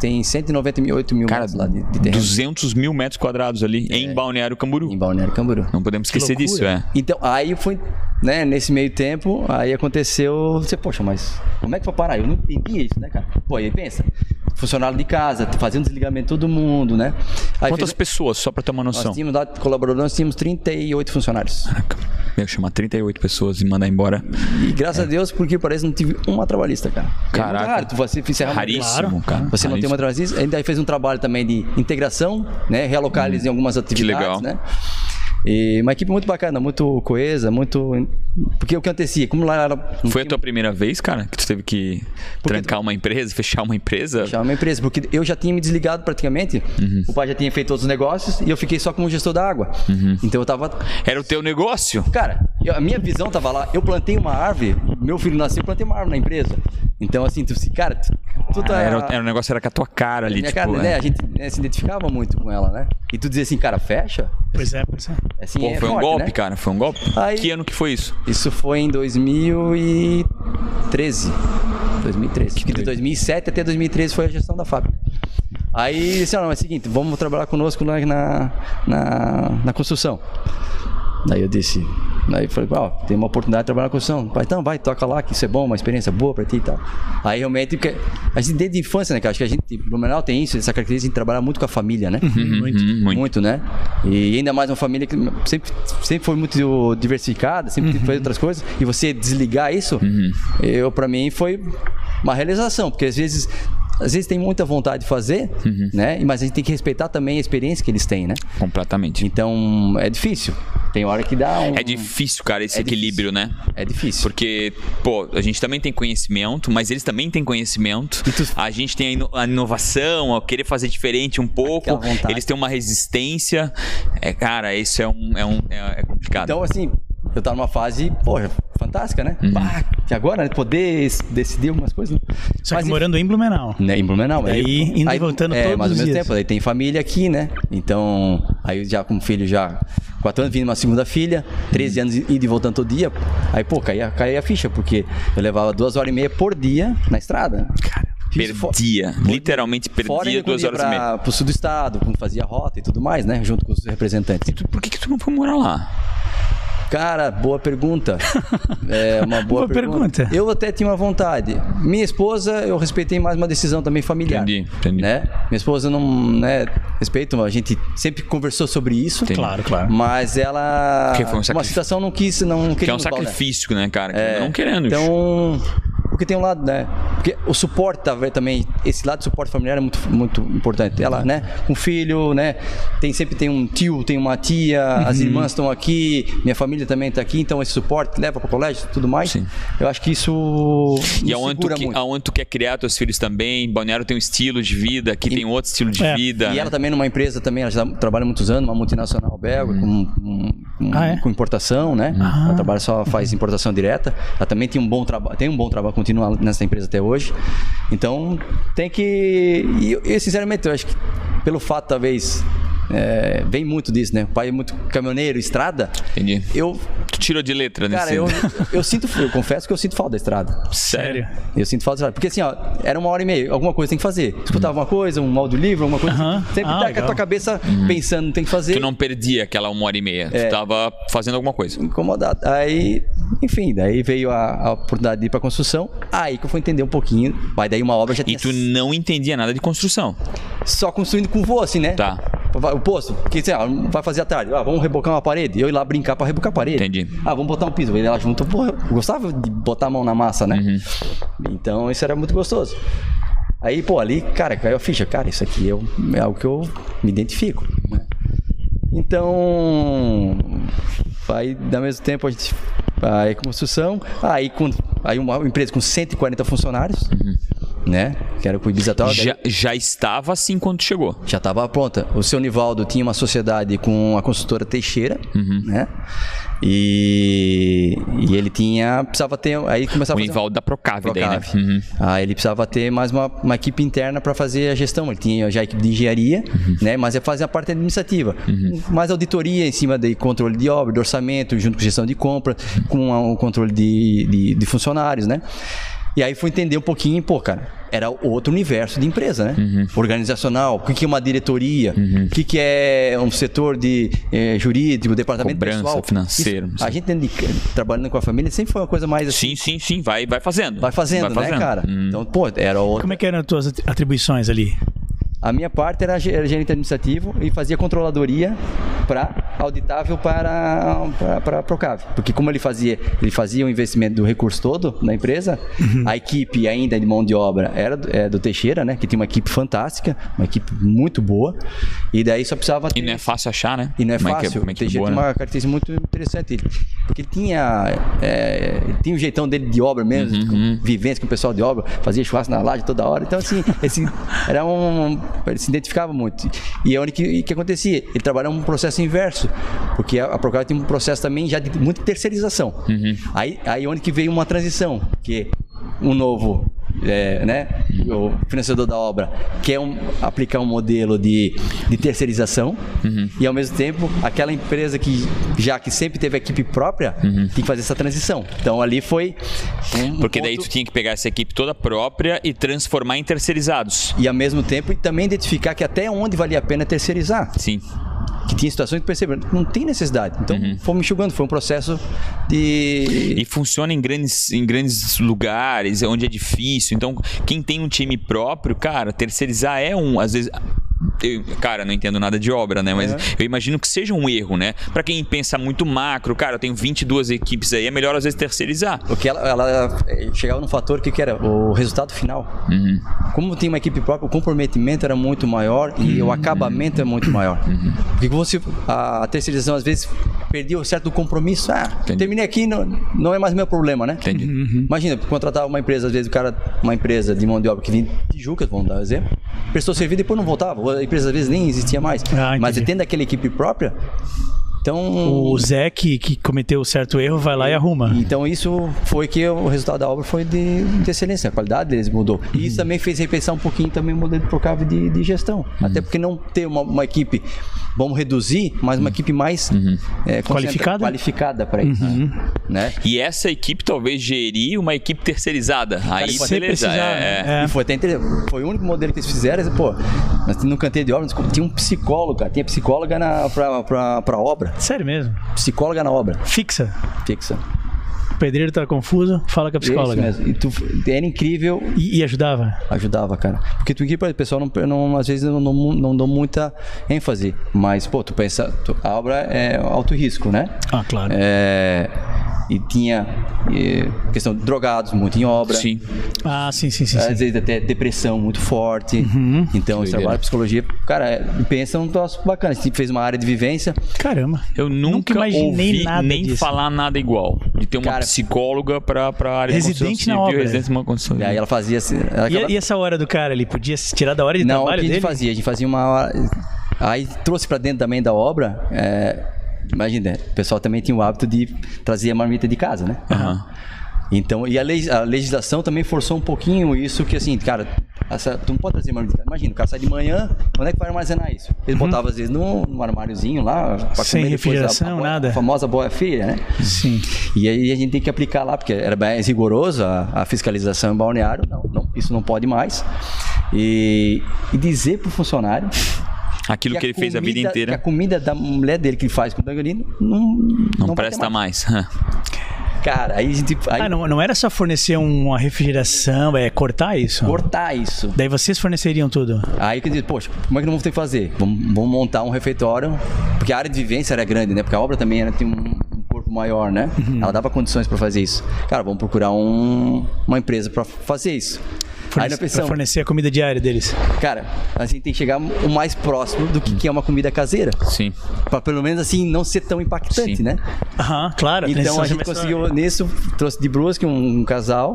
Tem, tem 198 mil
Cara,
metros lá de, de terreno É.
200 mil metros quadrados ali em Balneário Camboriú.
em Balneário Camboriú.
Não podemos esquecer
loucura.
disso, é.
Então, aí foi, né, nesse meio tempo, aí aconteceu, você, poxa, mas como é que vai parar? Eu não entendi isso, né, cara? Pô, aí pensa, funcionário de casa, fazia um desligamento todo mundo, né? Aí
Quantas
fez-
pessoas, só pra ter uma noção?
Nós tínhamos lá, colaboradores, nós tínhamos 38 funcionários.
Caraca, Eu ia chamar 38 pessoas e mandar embora.
E graças a Deus, porque parece que não tive uma trabalhista, cara. É
É. Caraca.
muito raro, tu você encerrar uma
Raríssimo, cara.
Você não
raríssimo.
tem uma trabalhista. Ainda fez um trabalho também de integração, né? Realocar eles em algumas atividades,
Hum. legal.
né? E uma equipe muito bacana, muito coesa, muito. Porque o que acontecia? Como lá era. não
Foi a
tinha
tua primeira vez, cara, que tu teve que trancar uma empresa, fechar uma empresa?
Fechava uma empresa, porque eu já tinha me desligado praticamente.
Uhum.
O pai já tinha feito todos os negócios e eu fiquei só como gestor da água.
Uhum.
Então eu tava.
Era o teu negócio?
Cara, eu- a minha visão tava lá. Eu plantei uma árvore, meu filho nasceu, eu plantei uma árvore na empresa. Então, assim, tu, se- cara, tu, tu tá.
Ah, Era, era o negócio era com a tua cara ali,
minha
tipo.
cara,
é.
né? A gente né, se identificava muito com ela, né? E tu dizia assim, cara, fecha?
Pois é, pois é.
Assim,
Pô,
é
foi um
forte,
golpe,
né?
cara, foi um golpe.
Aí-
Que ano que foi isso?
Isso foi em 2013. 2013. Porque de 2007 até 2013 foi a gestão da fábrica. Aí disse, não, é o seguinte, vamos trabalhar conosco na, na, na, na construção. Daí eu disse, daí eu falei, ó, tem uma oportunidade de trabalhar na construção. Pai, então vai, toca lá, que isso é bom, uma experiência boa pra ti e tal. Aí realmente, porque a gente desde a infância, né, cara, acho que a gente, no Blumenau tem isso, essa característica de trabalhar muito com a família, né?
Muito.
Hum, muito.
Muito, né? E ainda mais uma família que sempre, sempre foi muito diversificada, sempre
Uhum.
fez outras coisas. E você desligar isso, eu para mim foi uma realização, porque às vezes às vezes tem muita vontade de fazer,
Uhum.
né? Mas a gente tem que respeitar também a experiência que eles têm, né?
Completamente.
Então é difícil. Tem hora que dá um.
É difícil, cara, esse
É
equilíbrio, né?
É difícil.
Porque, pô, a gente também tem conhecimento, mas eles também têm conhecimento. A gente tem a, ino- a inovação, a querer fazer diferente um pouco.
Aquela vontade.
Eles têm uma resistência. É, cara, isso é um. É, um, é, é complicado.
Então, assim, eu tava numa fase, porra, fantástica, né?
Uhum.
Bah, que agora, né? Poder es- decidir algumas coisas. né?
Só
Mas,
que morando em Blumenau.
Né, em Blumenau.
Daí, indo e voltando
é,
todos
mais
os
ao mesmo
dias.
tempo. Daí tem família aqui, né? Então, aí eu já com filho já... Quatro anos, vindo uma segunda filha, 13 anos indo e voltando todo dia. Aí, pô, caía, caía a ficha, porque eu levava duas horas e meia por dia na estrada. Cara,
perdia. literalmente perdia duas horas e meia.
Pro sul do estado, quando fazia rota e tudo mais, né? Junto com os representantes.
Por que, que tu não foi morar lá?
Cara, boa pergunta. É uma boa,
Boa pergunta.
Eu até tinha uma vontade. Minha esposa, eu respeitei mais uma decisão também familiar.
Entendi, entendi.
Né? Minha esposa não, né, respeito, a gente sempre conversou sobre isso.
Entendi.
Claro, claro.
Mas ela
Porque foi um
uma
sacrifício.
situação não quis, não
Que é
queria
um
nos balnear.
sacrifício, né, cara? Que Não querendo.
É. Então, porque tem um lado, né? Porque o suporte tá, também, esse lado de suporte familiar é muito, muito importante. Ela, né? Um filho, né? Tem sempre tem um tio, tem uma tia, as
Uhum.
irmãs estão aqui, minha família também está aqui, então esse suporte leva para o colégio, tudo mais.
Sim.
Eu acho que isso
E
me
aonde tu,
segura
que,
muito.
aonde tu quer criar teus filhos também. Balneário tem um estilo de vida, aqui tem outro estilo de
É.
vida.
E
né?
ela também numa empresa também, ela já trabalha há muitos anos, uma multinacional belga, com, com- com-
Ah, é? Ah.
com importação, né? Ela trabalha só, faz importação direta. Ela também tem um bom trabalho, tem um bom trabalho, continua nessa empresa até hoje. Então, tem que... E eu, eu, sinceramente, eu acho que pelo fato, talvez, é, vem muito disso, né? O pai é muito caminhoneiro, estrada.
Entendi.
Eu,
Tu tirou de letra nesse.
cara, eu, eu sinto, eu confesso que eu sinto falta da estrada.
Sério.
Eu sinto falta, sabe? Porque assim, ó, era uma hora e meia, alguma coisa tem que fazer. Escutar alguma coisa, um audiolivro, alguma coisa.
Aham.
Sempre
Ah,
tá com a
legal.
tua cabeça pensando, tem que fazer.
Tu Uhum. não perdia aquela uma hora e meia.
É.
Tu tava fazendo alguma coisa.
Incomodado. Aí, enfim, daí veio a, a oportunidade de ir pra construção. Aí que eu fui entender um pouquinho. Mas daí uma obra já
E
tinha
tu não entendia nada de construção.
só construindo com voo, assim, né?
Tá.
Vai- O posto, porque assim, ó, vai fazer à tarde. Ah, vamos rebocar uma parede. Eu ir lá brincar pra rebocar a parede.
Entendi.
Ah, vamos botar um piso. Ele lá junto. Porra, eu gostava de botar a mão na massa, né?
Uhum.
Então isso era muito gostoso. Aí, pô, ali, cara, caiu a ficha. Cara, isso aqui eu, é algo que eu me identifico, né? Então, aí, ao mesmo tempo, a gente. Aí, construção. Aí, com, aí uma empresa com 140 funcionários. né? Que era com o Ibiza Tower.
Uhum. Já, já estava assim quando chegou.
Já estava pronta. O seu Nivaldo tinha uma sociedade com a consultora Teixeira, né? E, e ele tinha. Precisava ter. Aí começava
O
a fazer- um
Nivaldo da Procave,
Procave.
daí, né? Uhum.
Aí Ah, ele precisava ter mais uma, uma equipe interna para fazer a gestão. Ele tinha já a equipe de engenharia,
Uhum.
né? Mas é fazer a parte administrativa. Mais auditoria em cima de controle de obra, de orçamento, junto com gestão de compra, com a- o controle de, de, de funcionários, né? E aí fui entender um pouquinho, pô, cara, era outro universo de empresa, né?
Uhum.
Organizacional, o que que é uma diretoria, o que que é um setor de eh, jurídico, departamento
Cobrança,
pessoal.
financeiro,
Isso-
sim.
a gente dentro de, trabalhando com a família sempre foi uma coisa mais assim,
Sim, sim, sim. Vai, vai fazendo.
Vai fazendo, né, cara?
Hum.
Então, pô, era outra.
Como é que eram as tuas atri- atribuições ali?
A minha parte era, ge- era gerente administrativo e fazia controladoria para auditável para para Procave, porque como ele fazia ele fazia o investimento do recurso todo na empresa, a equipe ainda de mão de obra era do, é, do Teixeira, né, que tinha uma equipe fantástica, uma equipe muito boa, e daí só precisava
E não é fácil achar, né?
E não é
Como
fácil.
que, como é que é
tem gente
boa,
tem
né?
uma característica muito interessante. Ele- Porque ele tinha, é, ele tinha um jeitão dele de obra mesmo,
Uhum,
com, vivência com o pessoal de obra, fazia churrasco na laje toda hora. Então, assim, esse, era um, ele se identificava muito. E é onde que, e que acontecia? Ele trabalhava um processo inverso, porque a, a Procura tem um processo também já de muita terceirização.
Uhum.
Aí, aí onde que veio uma transição, que um novo é, né, o financiador da obra quer um- aplicar um modelo de, de terceirização
Uhum.
e ao mesmo tempo aquela empresa que já que sempre teve equipe própria tem que fazer essa transição. Então ali foi um
Uhum. Porque
ponto-
daí tu tinha que pegar essa equipe toda própria e transformar em terceirizados.
e ao mesmo tempo e também identificar que até onde valia a pena terceirizar.
Sim.
Que tinha situações que perceberam, não tem necessidade. Então fomos enxugando, foi um processo de.
Uhum. E funciona em grandes, em grandes lugares, é onde é difícil. Então, quem tem um time próprio, cara, terceirizar é um. Às vezes. eu- cara, não entendo nada de obra, né? Mas eu imagino que seja um erro, né? Pra quem pensa muito macro, cara, eu tenho 22 equipes aí, é melhor às vezes terceirizar.
Porque ela, ela, eh, chegava num fator que, que era o resultado final.
Uhum.
Como tem uma equipe própria, o comprometimento era muito maior e o acabamento é muito maior.
Uhum.
Porque você, a terceirização às vezes perdia um certo compromisso. Ah,
Entendi.
terminei aqui, não, não é mais meu problema, né?
Entendi.
Imagina, contratar uma empresa, às vezes o cara, uma empresa de mão de obra que vinha de Tijuca, vamos dar um exemplo, prestou serviço e depois não voltava. A empresa às vezes nem existia mais.
Ah,
Mas
entendi.
tendo aquela equipe própria, então.
O Zé, que, que cometeu o certo erro, vai lá e arruma.
Então isso foi que o resultado da obra foi de, de excelência, a qualidade deles mudou. E
Uhum.
isso também fez repensar um pouquinho também o modelo de Procave de, de gestão.
Uhum.
Até porque não ter uma, uma equipe, vamos reduzir, mas uma equipe mais é, concentra-
Uhum. Qualificada? Uhum.
qualificada para isso. Né?
E essa equipe talvez gerir uma equipe terceirizada. Aí,
se
beleza.
precisar,
é-
né? É.
E foi até interessante. Foi o único modelo que eles fizeram. Pô, nós tínhamos um canteiro de obra, nós tinha um psicólogo, cara, tinha psicóloga para obra.
Sério mesmo.
Psicóloga na obra,
Fixa.
fixa.
O pedreiro tá confuso, fala com a psicóloga.
Isso mesmo. E tu, era incrível
E, e ajudava.
Ajudava, cara. Porque tu equipa, o pessoal não, não- às vezes não, não, não dão muita ênfase. Mas, pô, tu pensa, tu- a obra é alto risco, né?
Ah, claro.
É, e tinha eh, questão de drogados, muito em obra.
Sim.
Ah, sim, sim, sim. Uhum. sim.
Às vezes até depressão muito forte. Então, esse trabalho de psicologia, cara, é- pensa um troço bacana. Você fez uma área de vivência.
Caramba.
Eu nunca,
imaginei
ouvi
nada
nem
disso.
falar nada igual. De ter uma
Cara,
psicóloga pra, pra área
Residente
de construção
na
civil,
obra.
residente de uma construção
E aí ela fazia. assim, Ela
E,
acaba-
e essa hora do cara ali? Podia se tirar da hora de
Não, o que a
trabalho
gente
dele?
fazia? A gente fazia uma hora. Aí trouxe pra dentro também da obra. é, Imagina, o pessoal também tinha o hábito de trazer a marmita de casa, né?
Aham.
Então, e a, legis- a legislação também forçou um pouquinho isso, que assim, cara, essa- tu não pode trazer marmita de casa. Imagina, o cara sai de manhã, onde é que vai armazenar isso? Eles botavam às vezes num, num armáriozinho lá, pra
Uhum. Sem
comer depois a-
refrigeração,
a boa-
nada.
A famosa boia feia, né?
Sim.
E aí a gente tem que aplicar lá, porque era mais rigoroso a, a fiscalização em balneário. Não, não, isso não pode mais. E, e dizer pro funcionário.
Aquilo que, ele fez a vida
comida-
inteira.
Que a comida da mulher dele que ele faz com o Danganino não,
Não,
vai ter
presta mais.
mais. Cara, aí a gente. Aí
Ah, não, não era só fornecer um, uma refrigeração, é cortar isso?
cortar isso.
Daí vocês forneceriam tudo.
Aí que diz, poxa, como é que não vamos ter que fazer? Vamos, vamos montar um refeitório, porque a área de vivência era grande, né? Porque a obra também era, tem um, um corpo maior, né?
Uhum.
Ela dava condições para fazer isso. Cara, vamos procurar um- uma empresa para fazer isso. aí
Fornece,
nós
pra
pensamos,
fornecer a comida diária deles.
cara, a gente tem que chegar o mais próximo do que, que é uma comida caseira,
Sim.
para pelo menos assim não ser tão impactante,
Sim.
né?
Aham, claro.
Então
transição
a gente
semestral.
conseguiu nisso, trouxe de Brusque um, um casal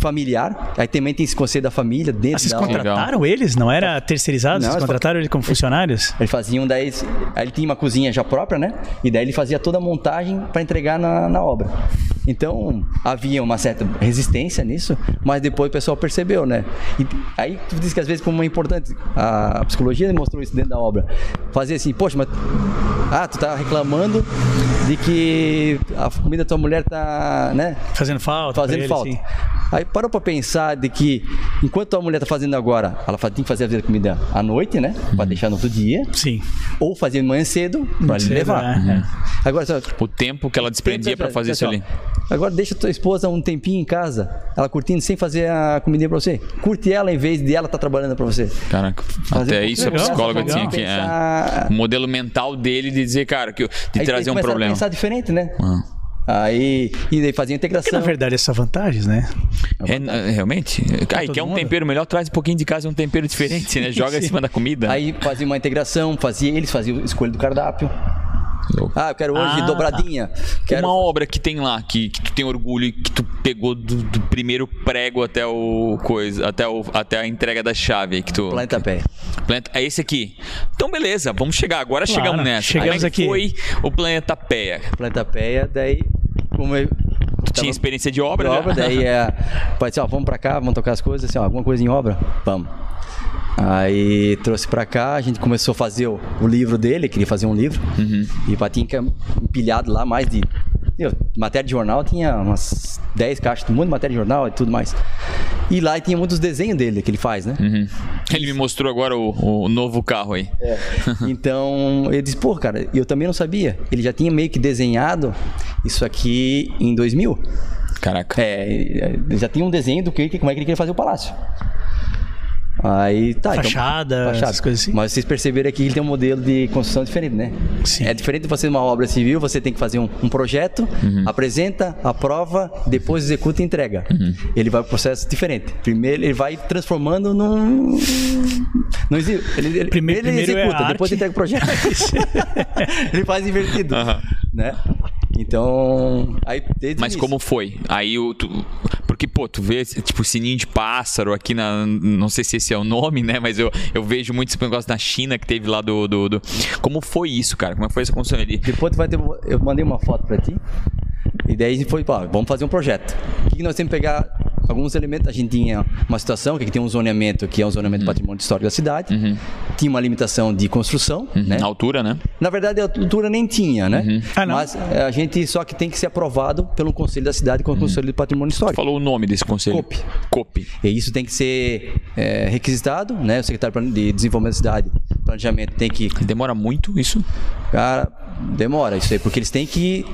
familiar. Aí também tem esse conceito da família dentro
Ah, vocês
da
contrataram eles? Não era terceirizado?
Não,
vocês
eles-
contrataram eles como funcionários?
Ele fazia um daí, aí ele tinha uma cozinha já própria, né? E daí ele fazia toda a montagem para entregar na, na obra. Então havia uma certa resistência nisso, mas depois o pessoal percebeu, né? E aí tu diz que às vezes como é importante a psicologia mostrou isso dentro da obra, fazer assim, poxa, mas ah, tu tá reclamando de que a comida da tua mulher tá, né?
Fazendo falta? pra
fazendo
eles,
falta.
sim.
Aí parou pra pensar de que enquanto a mulher tá fazendo agora, ela fa- tem que fazer a comida à noite, né?
Uhum.
Pra deixar no outro dia
Sim.
ou fazer de manhã cedo para
cedo,
levar.
é.
Agora, só,
O tempo que ela desprendia Uhum. pra fazer isso
pessoal,
ali.
Agora deixa tua esposa um tempinho em casa, ela curtindo sem fazer a comidinha para você. Curte ela em vez de ela estar trabalhando para você.
Caraca,
Fazer
até
um
isso a
legal,
psicóloga
legal.
tinha que. É,
Pensar-
o modelo mental dele de dizer, cara, que, de
Aí
trazer um
começaram
problema.
A pensar diferente, né?
Ah.
Aí e daí fazer
Que na
integração.
verdade essas vantagens, né?
É, n- realmente?
Tá
Ah, e
todo
quer um
mundo.
tempero melhor, traz um pouquinho de casa e um tempero diferente, né? Joga em cima da comida.
Aí fazia uma integração, fazia eles faziam a escolha do cardápio.
Louco.
Ah, eu quero hoje
Ah.
dobradinha. Quero
Uma obra que tem lá, que, que tu tem orgulho, e que tu pegou do, do primeiro prego até o coisa, até, o, até a entrega da chave que tu.
planta pé.
Planeta- é esse aqui. Então, beleza, vamos chegar. Agora
Claro,
chegamos nessa.
chegamos
Como é que
aqui.
foi o Planeta Péia?
Planta pé, daí como eu
Tinha
tava-
experiência de obra,
obra,
já?
daí é. Pode ser, ó, vamos pra cá, vamos tocar as coisas, assim, ó, alguma coisa em obra? Vamos. Aí trouxe pra cá, a gente começou a fazer o, o livro dele, queria fazer um livro.
Uhum.
E patinca é empilhado lá, mais de. meu, matéria de jornal tinha umas 10 caixas, muito matéria de jornal e tudo mais. E lá tinha muitos desenhos dele que ele faz, né?
Uhum. Ele me mostrou agora o, o novo carro aí.
É. Então ele disse, pô, cara, eu também não sabia. Ele já tinha meio que desenhado isso aqui em 2000.
Caraca.
É, ele já tinha um desenho do que, como é que ele queria fazer o palácio. Aí tá.
Fachada, essas coisas assim.
Mas vocês perceberam aqui que ele tem um modelo de construção diferente, né?
Sim.
É diferente de você uma obra civil, você tem que fazer um, um projeto,
Uhum.
apresenta, aprova, depois executa e entrega.
Uhum.
Ele vai pro processo diferente. Primeiro ele vai transformando num. Não exi- ele, ele,
Primeiro- primeiro
ele
é a
executa,
arte.
depois entrega o projeto. ele faz invertido. Né? Então. Aí, desde o
Mas
início.
como foi? Aí o. tu- porque, pô, tu vê, tipo, sininho de pássaro aqui na. Não sei se esse é o nome, né? Mas eu, eu vejo muito esse negócio na China que teve lá do. do, do- Como foi isso, cara? Como é foi essa construção ali?
Depois tu vai ter. Eu mandei uma foto pra ti. E daí a gente foi, pá, vamos fazer um projeto. O que que nós temos que pegar? Alguns elementos. A gente tinha uma situação que aqui tem um zoneamento, que é um zoneamento do patrimônio histórico da cidade. Tinha uma limitação de construção, né?
Na altura, né?
Na verdade, a altura nem tinha, né?
Ah, não?
Mas eh, a gente só que tem que ser aprovado pelo Conselho da Cidade como Conselho do Patrimônio Histórico.
Falou o nome desse conselho.
Cope.
Cope.
E isso tem que ser eh, requisitado, né? O secretário de Desenvolvimento da Cidade, Planejamento, tem que.
Demora muito isso?
Cara, demora isso aí, porque eles têm que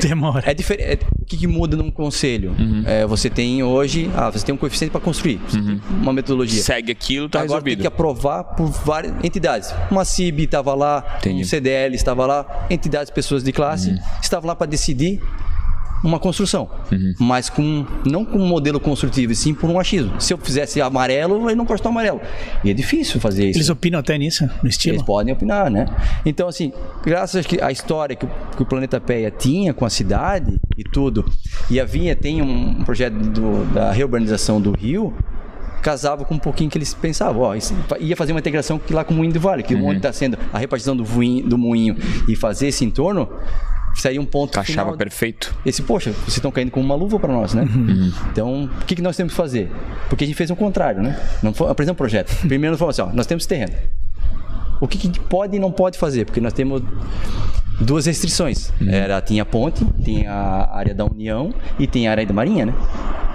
Demora.
É diferente. O que, que muda num conselho?
Uhum.
É, você tem hoje. Ah, você tem um coeficiente para construir. Você tem uma metodologia.
Segue aquilo, Uhum. tá
Agora
resolvido.
tem que aprovar por várias entidades. Uma CIB estava lá,
Entendi. Uhum.
um CDL estava lá, entidades, pessoas de classe estavam lá para decidir uma construção,
Uhum.
mas com não com um modelo construtivo, e sim por um achismo. Se eu fizesse amarelo, ele não gostou amarelo. E é difícil fazer isso.
Eles opinam até nisso, no estilo.
Eles podem opinar, né? Então, assim, graças que a história que o, que o Planeta Peia tinha com a cidade e tudo, e havia, tem um projeto do- da reurbanização do Rio, casava com um pouquinho que eles pensavam, ó, isso- ia fazer uma integração lá com o Moinho do Vale, que onde está sendo a repartição do, vuin- do moinho e fazer esse entorno, seria um ponto
Achava
final
perfeito.
esse, poxa, vocês estão caindo com uma luva para nós, né? Então, o que, que nós temos que fazer? Porque a gente fez o contrário, né? Não foi, apresentou um projeto. Primeiro nós falamos assim, ó, nós temos esse terreno. O que, que pode e não pode fazer? Porque nós temos duas restrições. Era, tinha a ponte, tinha a área da União e tem a área da Marinha, né?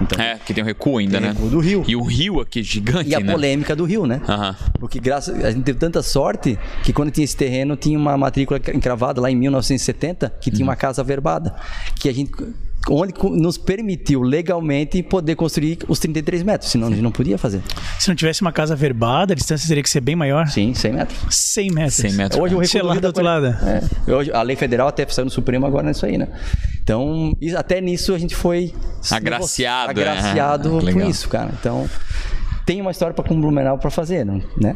Então,
É, que tem um recuo ainda,
Tem
né?
recuo do rio.
E o rio aqui é gigante,
E a
né?
polêmica do Rio, né?
Aham.
Porque graças, a gente teve tanta sorte que quando tinha esse terreno, tinha uma matrícula encravada lá em 1970, que tinha uma casa averbada, que a gente onde co- nos permitiu legalmente poder construir os 33 metros, senão a gente não podia fazer.
Se não tivesse uma casa verbada, a distância teria que ser bem maior.
Sim, 100 metros.
100 metros.
100 metros.
Hoje o recuo
Sei
do
lá,
Rio
do
da
outro
Coreia.
lado.
É, hoje a lei federal até saiu no Supremo agora nisso aí, né? Então, isso- até nisso a gente foi
Agraciado, é.
agraciado
Ah, que
por
legal.
isso, cara. Então, tem uma história para com Blumenau para fazer, não- né?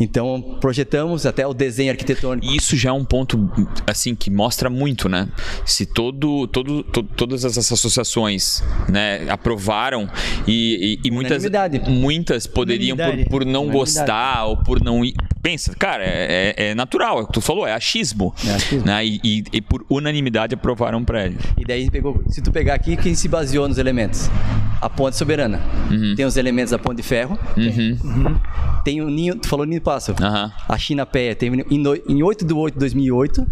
Então projetamos até o desenho arquitetônico.
E isso já é um ponto assim que mostra muito, né? Se todo, todo, to- todas essas associações, né, aprovaram e, e- e muitas,
Unanimidade.
muitas poderiam por,
Unanimidade.
por não
Unanimidade.
gostar ou por não ir. Pensa, cara, é, é- é natural, é o que tu falou, é achismo,
É achismo.
né? E, e- e por unanimidade aprovaram um prédio.
E daí pegou, se tu pegar aqui, quem se baseou nos elementos? A ponte soberana.
Uhum.
Tem os elementos da ponte de ferro. Tem o ninho, tu falou ninho de pássaro.
Aham.
A China Pé teve em, no- em 8 de 8 de 2008.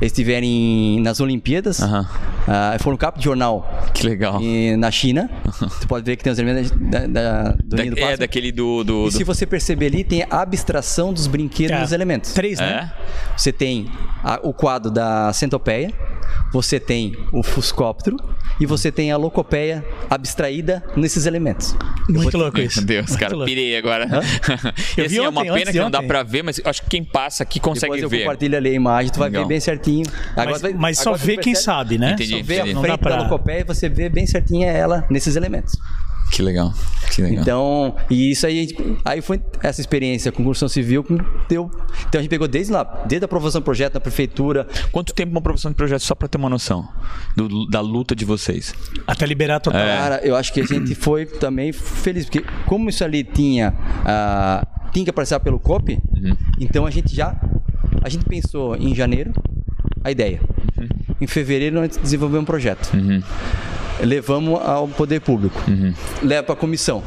Eles estiveram em- nas Olimpíadas.
Aham.
Ah, foram capa de jornal
Que legal.
e- na China. Tu pode ver que tem os elementos da, da, do
Da-
ninho do
é
pássaro.
daquele do. do,
E se
do-
você perceber ali, tem a abstração dos brinquedos
É,
nos elementos.
Três, né?
É?
Você tem a- o quadro da centopeia, você tem o fuscóptero e você tem a locopeia abstraída nesses elementos.
É?
Muito louco isso.
Meu Deus,
Muito
cara,
louco.
pirei agora.
Eu
e assim,
vi
é uma
ontem,
pena
antes
que
de
não dá
ontem.
pra ver, mas eu acho que quem passa aqui consegue
Depois eu
ver.
compartilho ali a imagem, tu vai
Legal.
ver bem certinho. Agora
Mas,
vai-
mas só
agora tu
vê quem
percebe-
sabe, né?
Entendi.
Só vê a
Entendi.
Não dá
frente
pra-
da locopeia e você vê bem certinha ela nesses elementos.
Que legal. Que legal.
Então, e isso aí, aí foi essa experiência com construção civil que deu. Então a gente pegou desde lá, desde a aprovação do projeto na prefeitura,
Quanto tempo uma aprovação de projeto, só pra ter uma noção do- da luta de vocês?
Até liberar total.
É.
Cara, eu acho que a gente foi também feliz, porque como isso ali tinha. ah, tinha que passar pelo COP, então a gente já. A gente pensou em janeiro a ideia. Em fevereiro nós desenvolvemos um projeto. Levamos ao poder público. Leva para a comissão.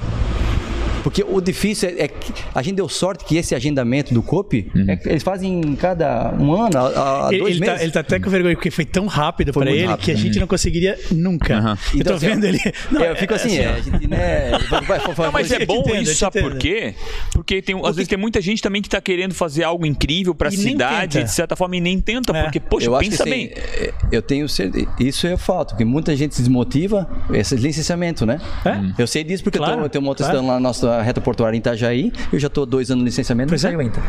Porque o difícil é, é que a gente deu sorte que esse agendamento do COP, é que eles fazem em cada um ano, a, a
Ele,
dois
ele tá,
meses.
ele tá até com vergonha, porque foi tão rápido
Foi
pra
muito
ele
rápido.
que a gente não conseguiria nunca.
Aham.
Eu
Então,
tô
assim, ó,
vendo ele. Não,
é, eu fico assim, é,
ó.
a gente, né? vai- vai- vai-
Não, mas
eu
é
te
bom
entendo, eu
isso,
te
sabe por
entendo.
quê? Porque tem, às vezes tem muita gente também que tá querendo fazer algo incrível pra
E nem
cidade,
tenta.
de certa forma, e nem tenta,
É.
porque, poxa,
eu acho
pensa
que assim,
bem.
é, eu tenho certeza, isso eu falta, porque muita gente se desmotiva esse licenciamento, né?
É?
Eu sei disso porque eu,
Claro,
tô, eu tenho uma outra
claro.
estudando lá na nossa reta portuária em Itajaí, eu já tô dois anos no licenciamento,
Pois é.
não aguenta.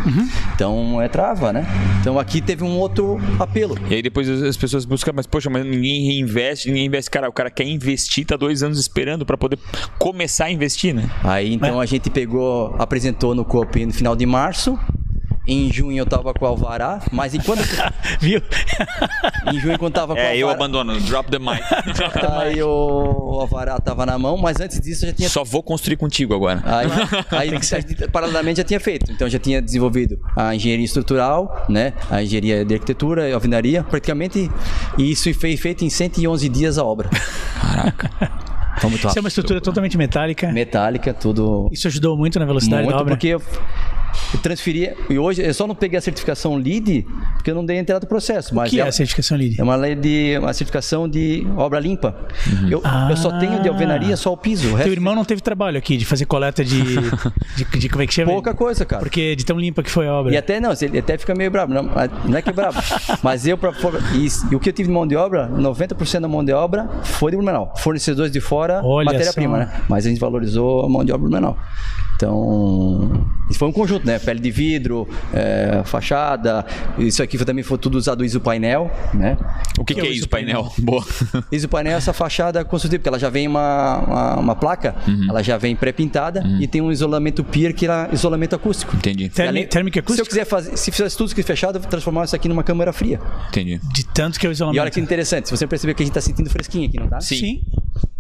Então é trava, né? Então aqui teve um outro apelo.
E aí depois as- as pessoas buscam, mas poxa, mas ninguém reinveste, ninguém investe. Cara, o cara quer investir, tá dois anos esperando pra poder começar a investir, né?
Aí
É.
então a gente pegou, apresentou no COP no final de março. Em junho eu tava com o Alvará, mas enquanto.
Viu? é
em junho quando tava com o
É, eu
Alvará. tá
abandono, drop the mic.
Aí o Alvará tava na mão, mas antes disso eu já tinha
Só vou construir contigo agora.
Aí, aí a gente, paralelamente já tinha feito. Então já tinha desenvolvido a engenharia estrutural, né? A engenharia de arquitetura, a alvenaria, praticamente. E isso foi feito em 111 dias a obra. Caraca. Foi muito
Isso é
rápido.
uma estrutura totalmente metálica.
é Metálica, tudo.
Isso é ajudou muito na velocidade
Muito,
da obra.
porque eu eu transferi. E hoje eu só não peguei a certificação LEED, porque eu não dei entrada no processo.
O
Mas
que é
ela-
a certificação LEED?
é uma lei de uma certificação de obra limpa. Eu, eu só tenho de alvenaria só o piso. O resto
Uhum. Ah. Teu irmão não teve trabalho aqui de fazer coleta de. de, de- como é que chama?
pouca coisa, cara.
Porque de tão limpa que foi a obra.
E até não, ele até fica meio bravo. Não, não é que é bravo. mas eu, pra, for- e, s- e o que eu tive de mão de obra, 90% da mão de obra foi de Blumenau. Fornecedores de fora,
Olha
matéria-prima,
só.
né? Mas a gente valorizou a mão de obra de Blumenau. Então, isso foi um conjunto, né? Pele de vidro, eh, fachada. Isso aqui foi- também foi tudo usado ISO painel, né?
O que, que, é isso, painel? Boa.
Isso o painel é essa fachada construtiva, porque ela já vem uma, uma, uma placa,
Uhum.
ela já vem pré-pintada e tem um isolamento pier, que é isolamento acústico.
Entendi.
Termi-
Além-
térmica e
Se eu
acústica?
quiser fazer, se fizesse tudo isso aqui fechado, eu transformar isso aqui numa câmara fria.
Entendi.
De tanto que é o isolamento.
E olha que interessante, se você perceber que a gente tá sentindo fresquinho aqui, não tá?
Sim.
Sim.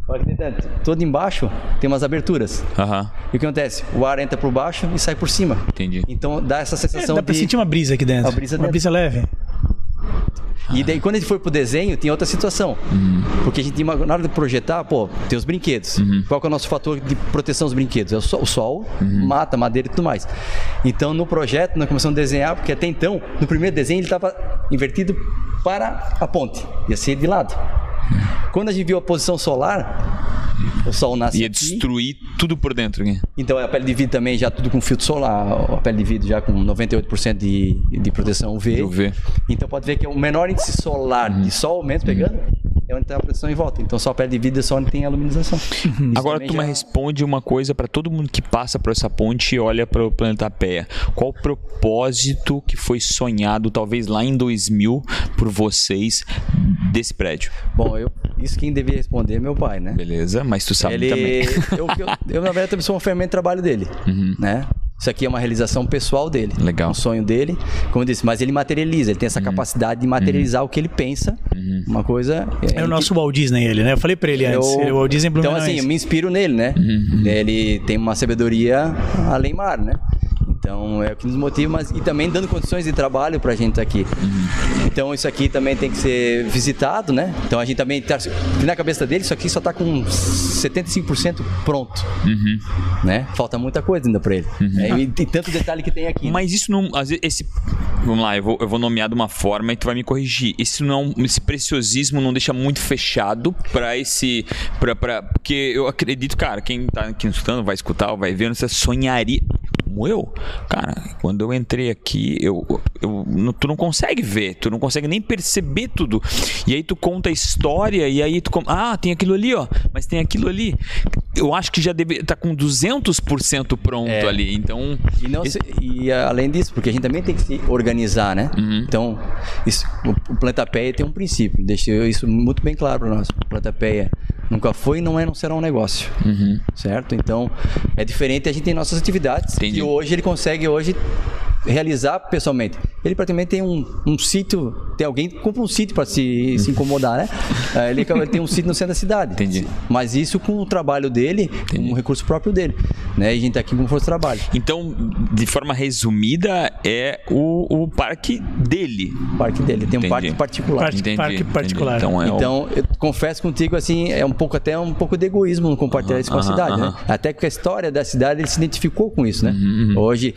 Olha que interessante. Todo embaixo tem umas aberturas.
Aham.
E o que acontece? O ar entra por baixo e sai por cima.
Entendi.
Então dá essa
É,
sensação
dá pra
de.
sentir uma brisa aqui dentro.
Uma brisa
uma
dentro.
brisa leve.
E daí, quando a gente foi pro desenho, tem outra situação. Porque a gente, tem uma- na hora de projetar, pô, tem os brinquedos. Qual que é o nosso fator de proteção dos brinquedos? É o sol, o sol, mata, madeira e tudo mais. Então, no projeto, nós começamos a desenhar, porque até então, no primeiro desenho, ele estava invertido para a ponte. Ia ser de lado. Quando a gente viu a posição solar, o sol nasce
Ia
aqui.
destruir tudo por dentro. né?
Então a pele de vidro também já tudo com filtro solar, a pele de vidro já com 98% de, de proteção UV.
UV.
Então pode ver que é o menor índice solar de sol mesmo pegando é onde está a proteção em volta. Então só a pele de vidro é só onde tem a luminização. Isso
Uhum. Agora
também
tu me
já- é
responde uma coisa pra todo mundo que passa por essa ponte e olha para o planeta Pé. Qual o propósito que foi sonhado, talvez lá em 2000, por vocês desse prédio?
Bom, eu Isso quem devia responder é meu pai, né?
Beleza, mas tu sabe
Ele,
também.
eu, eu, eu, na verdade, também sou uma ferramenta de trabalho dele, né? Isso aqui é uma realização pessoal dele.
Uhum. Legal. Uhum.
Um sonho dele, como eu disse, mas ele materializa, ele tem essa capacidade de materializar o que ele pensa. Uma coisa.
É o nosso Walt Disney, ele, né? Eu falei pra ele antes.
Eu-
Ele é o Walt Disney
Então,
Blumenauense.
assim, eu me inspiro nele, né? Ele tem uma sabedoria além mar, né? Então, é o que nos motiva, mas e também dando condições de trabalho pra gente aqui. Então, isso aqui também tem que ser visitado, né? Então, a gente também tá, que na cabeça dele, isso aqui só tá com 75% pronto, né? Falta muita coisa ainda pra ele. né? E, e tanto detalhe que tem aqui. né?
Mas isso não. Às vezes, esse, vamos lá, eu vou, eu vou nomear de uma forma e tu vai me corrigir. Isso não, esse preciosismo não deixa muito fechado pra esse. Pra, pra, porque eu acredito, cara, quem tá aqui escutando vai escutar, vai ver, você sonharia. Como eu? Cara, quando eu entrei aqui, eu, eu, não- tu não consegue ver, tu não consegue nem perceber tudo. E aí tu conta a história e aí tu. com- Ah, tem aquilo ali, ó, mas tem aquilo ali. Eu acho que já deve. Tá com 200% pronto
É.
ali. Então.
E, não se- e, ah, além disso, porque a gente também tem que se organizar, né?
Uhum.
Então, isso, o, o Plantapéia tem um princípio, deixei isso muito bem claro para nós. O Plantapéia nunca foi, não é, não será um negócio,
Uhum.
certo? Então, é diferente, a gente tem nossas atividades
Entendi.
e hoje ele consegue hoje realizar pessoalmente. Ele praticamente tem um, um sítio, tem alguém que compra um sítio para se, se incomodar, né? Ah, Ele, acaba- ele tem um sítio no centro da cidade.
Entendi.
Mas isso com o trabalho dele, com o recurso próprio dele, né? E a gente tá aqui com força de trabalho.
Então, de forma resumida, é o, o parque dele.
parque dele, tem um
Entendi.
parque particular.
Parque- parque particular.
Então, é o-
Então, eu confesso contigo, assim, é um pouco até um pouco de egoísmo não compartilhar isso com a
aham,
cidade, né?
aham. Uhum,
Até que a história da cidade ele se identificou com isso, né? Hoje,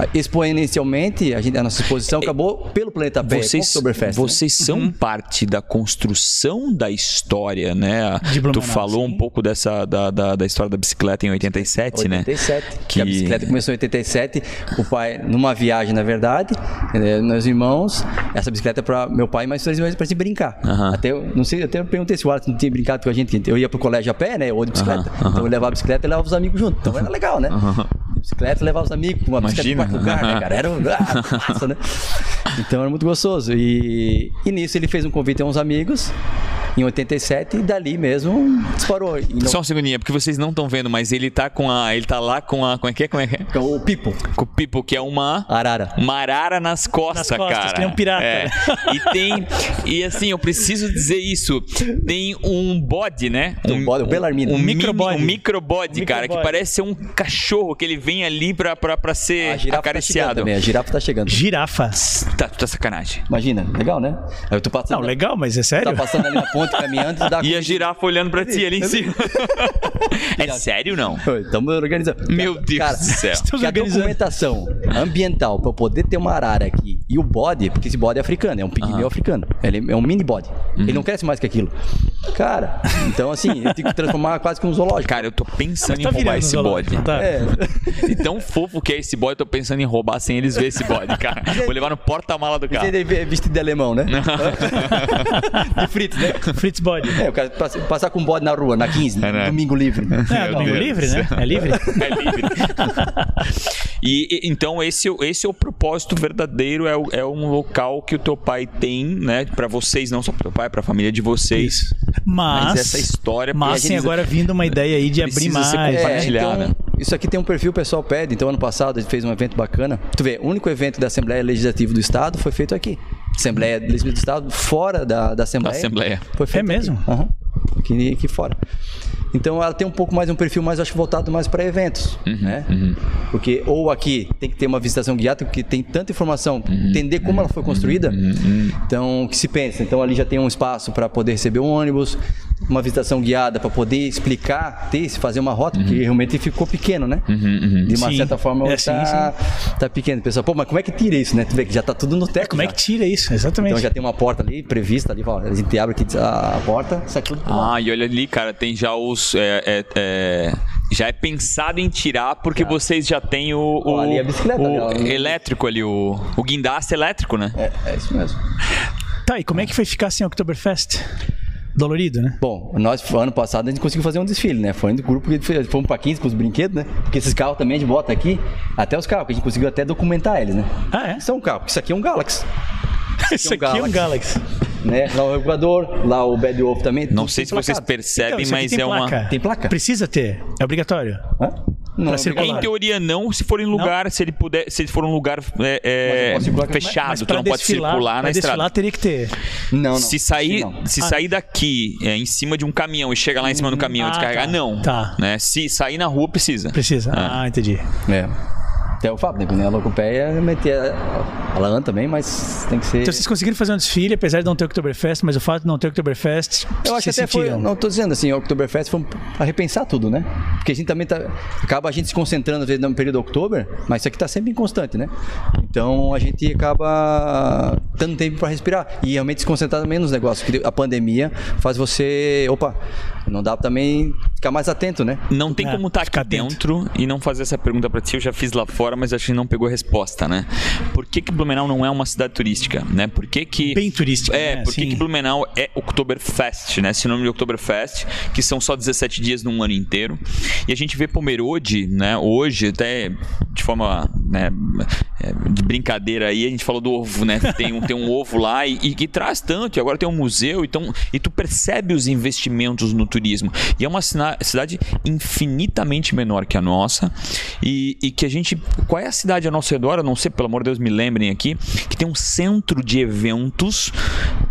a- exponencialmente, a, gente, a nossa exposição acabou pelo Planeta Pé, com o
vocês,
Oktoberfest. né?
vocês são
Uhum.
parte da construção da história, né?
De
tu
Blumenau,
falou
sim.
um pouco dessa da, da, da história da bicicleta em 87, né?
87. Que...
Que-
a bicicleta começou em 87. O pai, numa viagem, na verdade, eh, meus irmãos, essa bicicleta é para meu pai, mas meus irmãos para se brincar.
Aham.
Até eu, não sei, até eu perguntei se o Alisson não tinha brincado com a gente. que Eu ia pro colégio a pé, né? Ou de bicicleta.
Aham, aham.
Então eu levava a bicicleta e levava os amigos junto. Então era legal, né? Bicicleta, levava os amigos, uma bicicleta em quarto
Imagina.
lugar, né, cara? Era um- ah, massa, né? Então era muito gostoso. E, e nisso ele fez um convite a uns amigos em 87 e dali mesmo disparou. E não-
Só um segundinho, é porque vocês não estão vendo, mas ele tá com a. Ele tá lá com a. Como é que é? Como é que é?
O Pipo,
Com o Pipo, que é uma.
Arara.
Uma arara nas costas,
Nas costas,
cara.
que nem um pirata,
É.
né?
E tem. E assim, eu preciso dizer isso. Tem um bode, né?
Um bode, um Belarmino.
Um,
Um
mini-
microbode.
Um microbode,
Um
cara, que
microbode.
parece ser um cachorro que ele vem ali pra, pra, pra
A
ser
girafa tá chegando
acariciado.
também, a girafa tá chegando.
Girafa.
tá, tu tá sacanagem.
Imagina, legal, né? Aí tu passa,
Não, legal, mas é sério?
tá passando ali na ponte, caminhando, tu dá...
E a girafa olhando pra ti ali em cima. é sério não?
Estamos organizando.
Meu Deus
Cara,
do céu.
Estamos
que a
organizando.
documentação ambiental para poder ter uma arara aqui e o bode, porque esse bode é africano, é um pigmeu africano. Ele é um mini bode.
Uhum.
Ele não cresce mais que aquilo. Cara, então assim, eu tenho que transformar quase que um zoológico.
Cara, eu tô pensando em
Tá virando
roubar esse
zoológico,
bode.
tá?
É.
E tão fofo que é esse bode, eu tô pensando em roubar sem eles ver esse bode, cara. Vou levar no porta-mala do carro.
Ele é vestido de alemão, né? de frito, né?
Fritz Body.
É, o cara passa- passar com um bode na rua, na 15,
É, né?
domingo livre.
É,
Meu
domingo
Deus
livre,
do
né? É livre?
É livre. e, e- então esse, é o- esse é o propósito verdadeiro, é, o- é um local que o teu pai tem, né, Pra vocês, não só pro teu pai, pra família de vocês.
Isso. Mas,
Mas essa história
Mas
precisa-
assim, agora vindo uma ideia aí de abrir
precisa
mais.
ser compartilhada. compartilhar,
então,
né?
Isso aqui tem um perfil, o pessoal pede. Então, ano passado, a gente fez um evento bacana. Tu vê, o único evento da Assembleia Legislativa do Estado foi feito aqui. Assembleia Legislativa do Estado, fora da, da Assembleia.
Da Assembleia.
Foi feito
É mesmo?
Aqui. Aham. Aqui, aqui fora. Então ela tem um pouco mais um perfil mais acho voltado mais para eventos, né? Porque ou aqui tem que ter uma visitação guiada porque tem tanta informação, entender como ela foi construída. Então o que se pensa, então ali já tem um espaço para poder receber um ônibus, uma visitação guiada para poder explicar, ter, se fazer uma rota porque realmente ficou pequeno, né? De uma
Sim.
certa forma
É,
hoje
sim,
tá, tá pequeno, pessoal. Pô, mas como é que tira isso, né? Tu vê que já tá tudo no teto.
Como é
já.
que tira isso? Exatamente.
Então já tem uma porta ali prevista ali, ó, a gente abre aqui a porta, sai tudo. pro lado.
Ah, e olha ali, cara, tem já os. é, é, é, já é pensado em tirar porque vocês já têm o. o-
Tá. ali a bicicleta,
o
né? Ela não-
elétrico ali, o, o guindaste elétrico, né?
É, é isso mesmo.
Tá, e como é que foi ficar sem Oktoberfest? Dolorido, né?
Bom, nós ano passado a gente conseguiu fazer um desfile, né? Foi um grupo que fez- fomos pra 15 com os brinquedos, né? Porque esses carros também a gente bota aqui, até os carros, que a gente conseguiu até documentar eles, né?
Ah, é?
Isso é um carro, porque isso aqui é um Galaxy.
Isso aqui é um Galaxy.
né? Lá o Equador, lá o Bad Wolf também.
Não
tudo
sei se
placado.
vocês percebem,
Então, isso aqui
mas
tem
é uma.
placa.
Tem placa?
Precisa ter. É obrigatório.
Hã? Não,
Pra
é
circular.
Em
obrigado.
teoria não, se for em lugar, se ele puder, se for um lugar é, é,
Mas eu posso circular com-
fechado,
Mas
tu
pra
não pode
desfilar-
circular
pra
na
desfilar
estrada.
teria que ter.
Não, não.
Se sair,
Não.
se sair daqui é, em cima de um caminhão e chegar lá em cima do caminhão
Ah,
e descarregar,
tá.
não.
Tá.
Né? Se sair na rua, precisa.
Precisa.
Ah.
Ah, entendi.
É. Até o Fábio, né? Quando é locopeia, meter a, a LAN também, mas tem que ser.
Então vocês conseguiram fazer um desfile, apesar de não ter Oktoberfest, mas o fato de não ter Oktoberfest,
Eu acho que
vocês
até foi.
sentiram.
Não tô dizendo assim, o Oktoberfest foi pra repensar tudo, né? Porque a gente também tá. Acaba a gente se concentrando às vezes no período de Oktober, mas isso aqui tá sempre inconstante, né? Então a gente acaba dando tempo pra respirar e realmente se concentrar também nos negócios. Que a pandemia faz você. Opa, não dá pra também ficar mais atento, né?
Não tem
É,
como estar
ficar
aqui dentro, e não fazer essa pergunta pra ti. Eu já fiz lá fora, mas acho que não pegou resposta, né? Por que que Blumenau não é uma cidade turística, né? Por que que...
Bem turística,
É,
né?
por que
Sim.
que Blumenau é Oktoberfest, né? Sinônimo de Oktoberfest, que são só 17 dias num ano inteiro. E a gente vê Pomerode, né? Hoje, até de forma né, é, de brincadeira aí, a gente falou do ovo, né? Tem um, tem um ovo lá e, e que traz tanto. E agora tem um museu, então... E tu percebe os investimentos no turismo. E é uma sina- cidade infinitamente menor que a nossa. E, e que a gente... Qual é a cidade ao nosso redor? Eu não sei, pelo amor de Deus, me lembrem aqui. Que tem um centro de eventos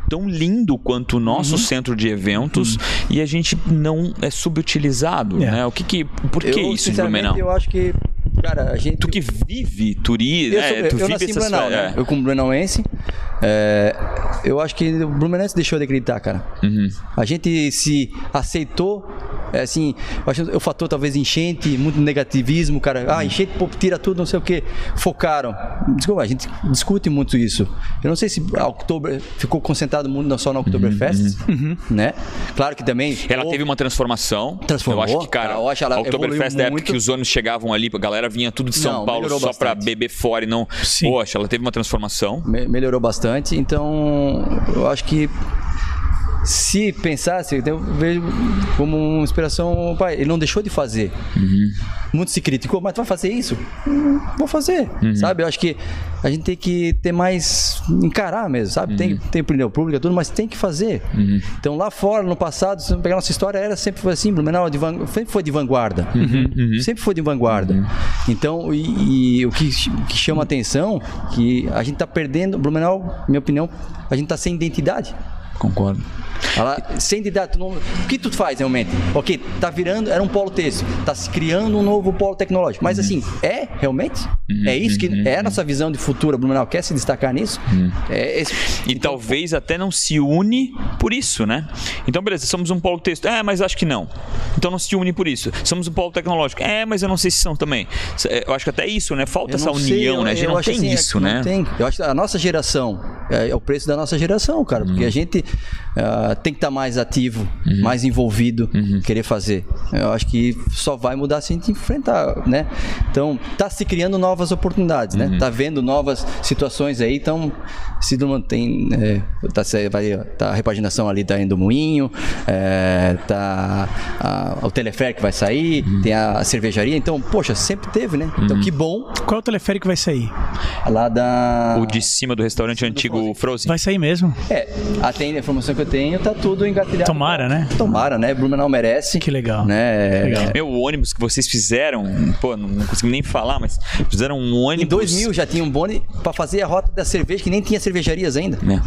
tão lindo quanto o
Uhum.
nosso centro de eventos e a gente não é subutilizado,
É.
né? O que que por que
eu,
isso em
sinceramente,
Blumenau?
Eu acho que. Cara, a gente.
Tu que vive turismo,
Eu, sou,
é, tu
eu, eu
vive
nasci em
essas
Blumenau, né?
é.
Eu como Blumenauense. é, eu acho que o Blumenense deixou de acreditar, cara.
Uhum.
A gente se aceitou. é, assim, eu acho que o fator talvez enchente, muito negativismo, cara.
Uhum.
Ah, enchente, pô, tira tudo, não sei o quê. Focaram. Desculpa, a gente discute muito isso. Eu não sei se a Oktober ficou concentrado muito não só na Oktoberfest, né? Claro que também.
Uhum, Ela
ou-
teve uma transformação.
Transformou. Ah,
Eu acho que, cara,
Eu acho ela
a Oktoberfest
evoluiu
da época
muito.
que os ônibus chegavam ali, a galera vinha tudo de São
Não,
Paulo só
melhorou
pra
bastante.
beber fora e não.
Sim.
Poxa, ela teve uma transformação.
Me- melhorou bastante. Então, eu acho que se pensasse, eu vejo como uma inspiração. Pai, ele não deixou de fazer. Muito se criticou, mas tu vai fazer isso? Hum, Vou fazer, sabe? Eu acho que a gente tem que ter mais. encarar mesmo, sabe? Tem, tem opinião pública, tudo, mas tem que fazer. Então lá fora, no passado, se você pegar nossa história, era sempre foi assim: Blumenau de van- sempre foi de vanguarda. Sempre foi de vanguarda. Então, e, e o que, ch- que chama atenção que a gente tá perdendo, Blumenau, minha opinião, a gente tá sem identidade.
Concordo.
Ela, sem didato, não, o que tu faz realmente? Ok, tá virando, era um polo texto, tá se criando um novo polo tecnológico. Mas assim, é realmente? É isso que é a nossa visão de futuro. Blumenau quer se destacar nisso? É esse-
E talvez até não se une por isso, né? Então, beleza, somos um polo texto. É, mas acho que não. Então não se une por isso. Somos um polo tecnológico. É, mas eu não sei se são também. S- é, Eu acho que até isso, né? Falta
eu
essa
não sei,
união,
eu-
né? A gente
eu
não
acho
tem
assim, é que
isso,
não
né?
tem. Eu acho que a nossa geração é, é o preço da nossa geração, cara,
Uhum.
porque a gente ah, tem que estar mais ativo, mais envolvido,
Uhum.
querer fazer. Eu acho que só vai mudar se a gente enfrentar, né? Então, tá se criando novas oportunidades,
Uhum.
né? Tá vendo novas situações aí, então se não mantém, é, tá, se- vai, tá a repaginação ali tá indo moinho, é, tá a- o teleférico vai sair,
Uhum.
tem a, a cervejaria, então poxa, sempre teve, né? Então que bom
Qual é o teleférico que vai sair?
Lá da.
O de cima do
Ah,
restaurante antigo Frozen.
Vai sair mesmo?
É, até a informação que eu tenho, tá tudo engatilhado.
Tomara, né?
Tomara, né? Blumenau merece.
Que legal.
Né?
Legal.
Meu, o ônibus que vocês fizeram, pô, não, não consigo nem falar, mas fizeram um ônibus.
Em 2000 já tinha um bone pra fazer a rota da cerveja, que nem tinha cervejarias ainda.
né?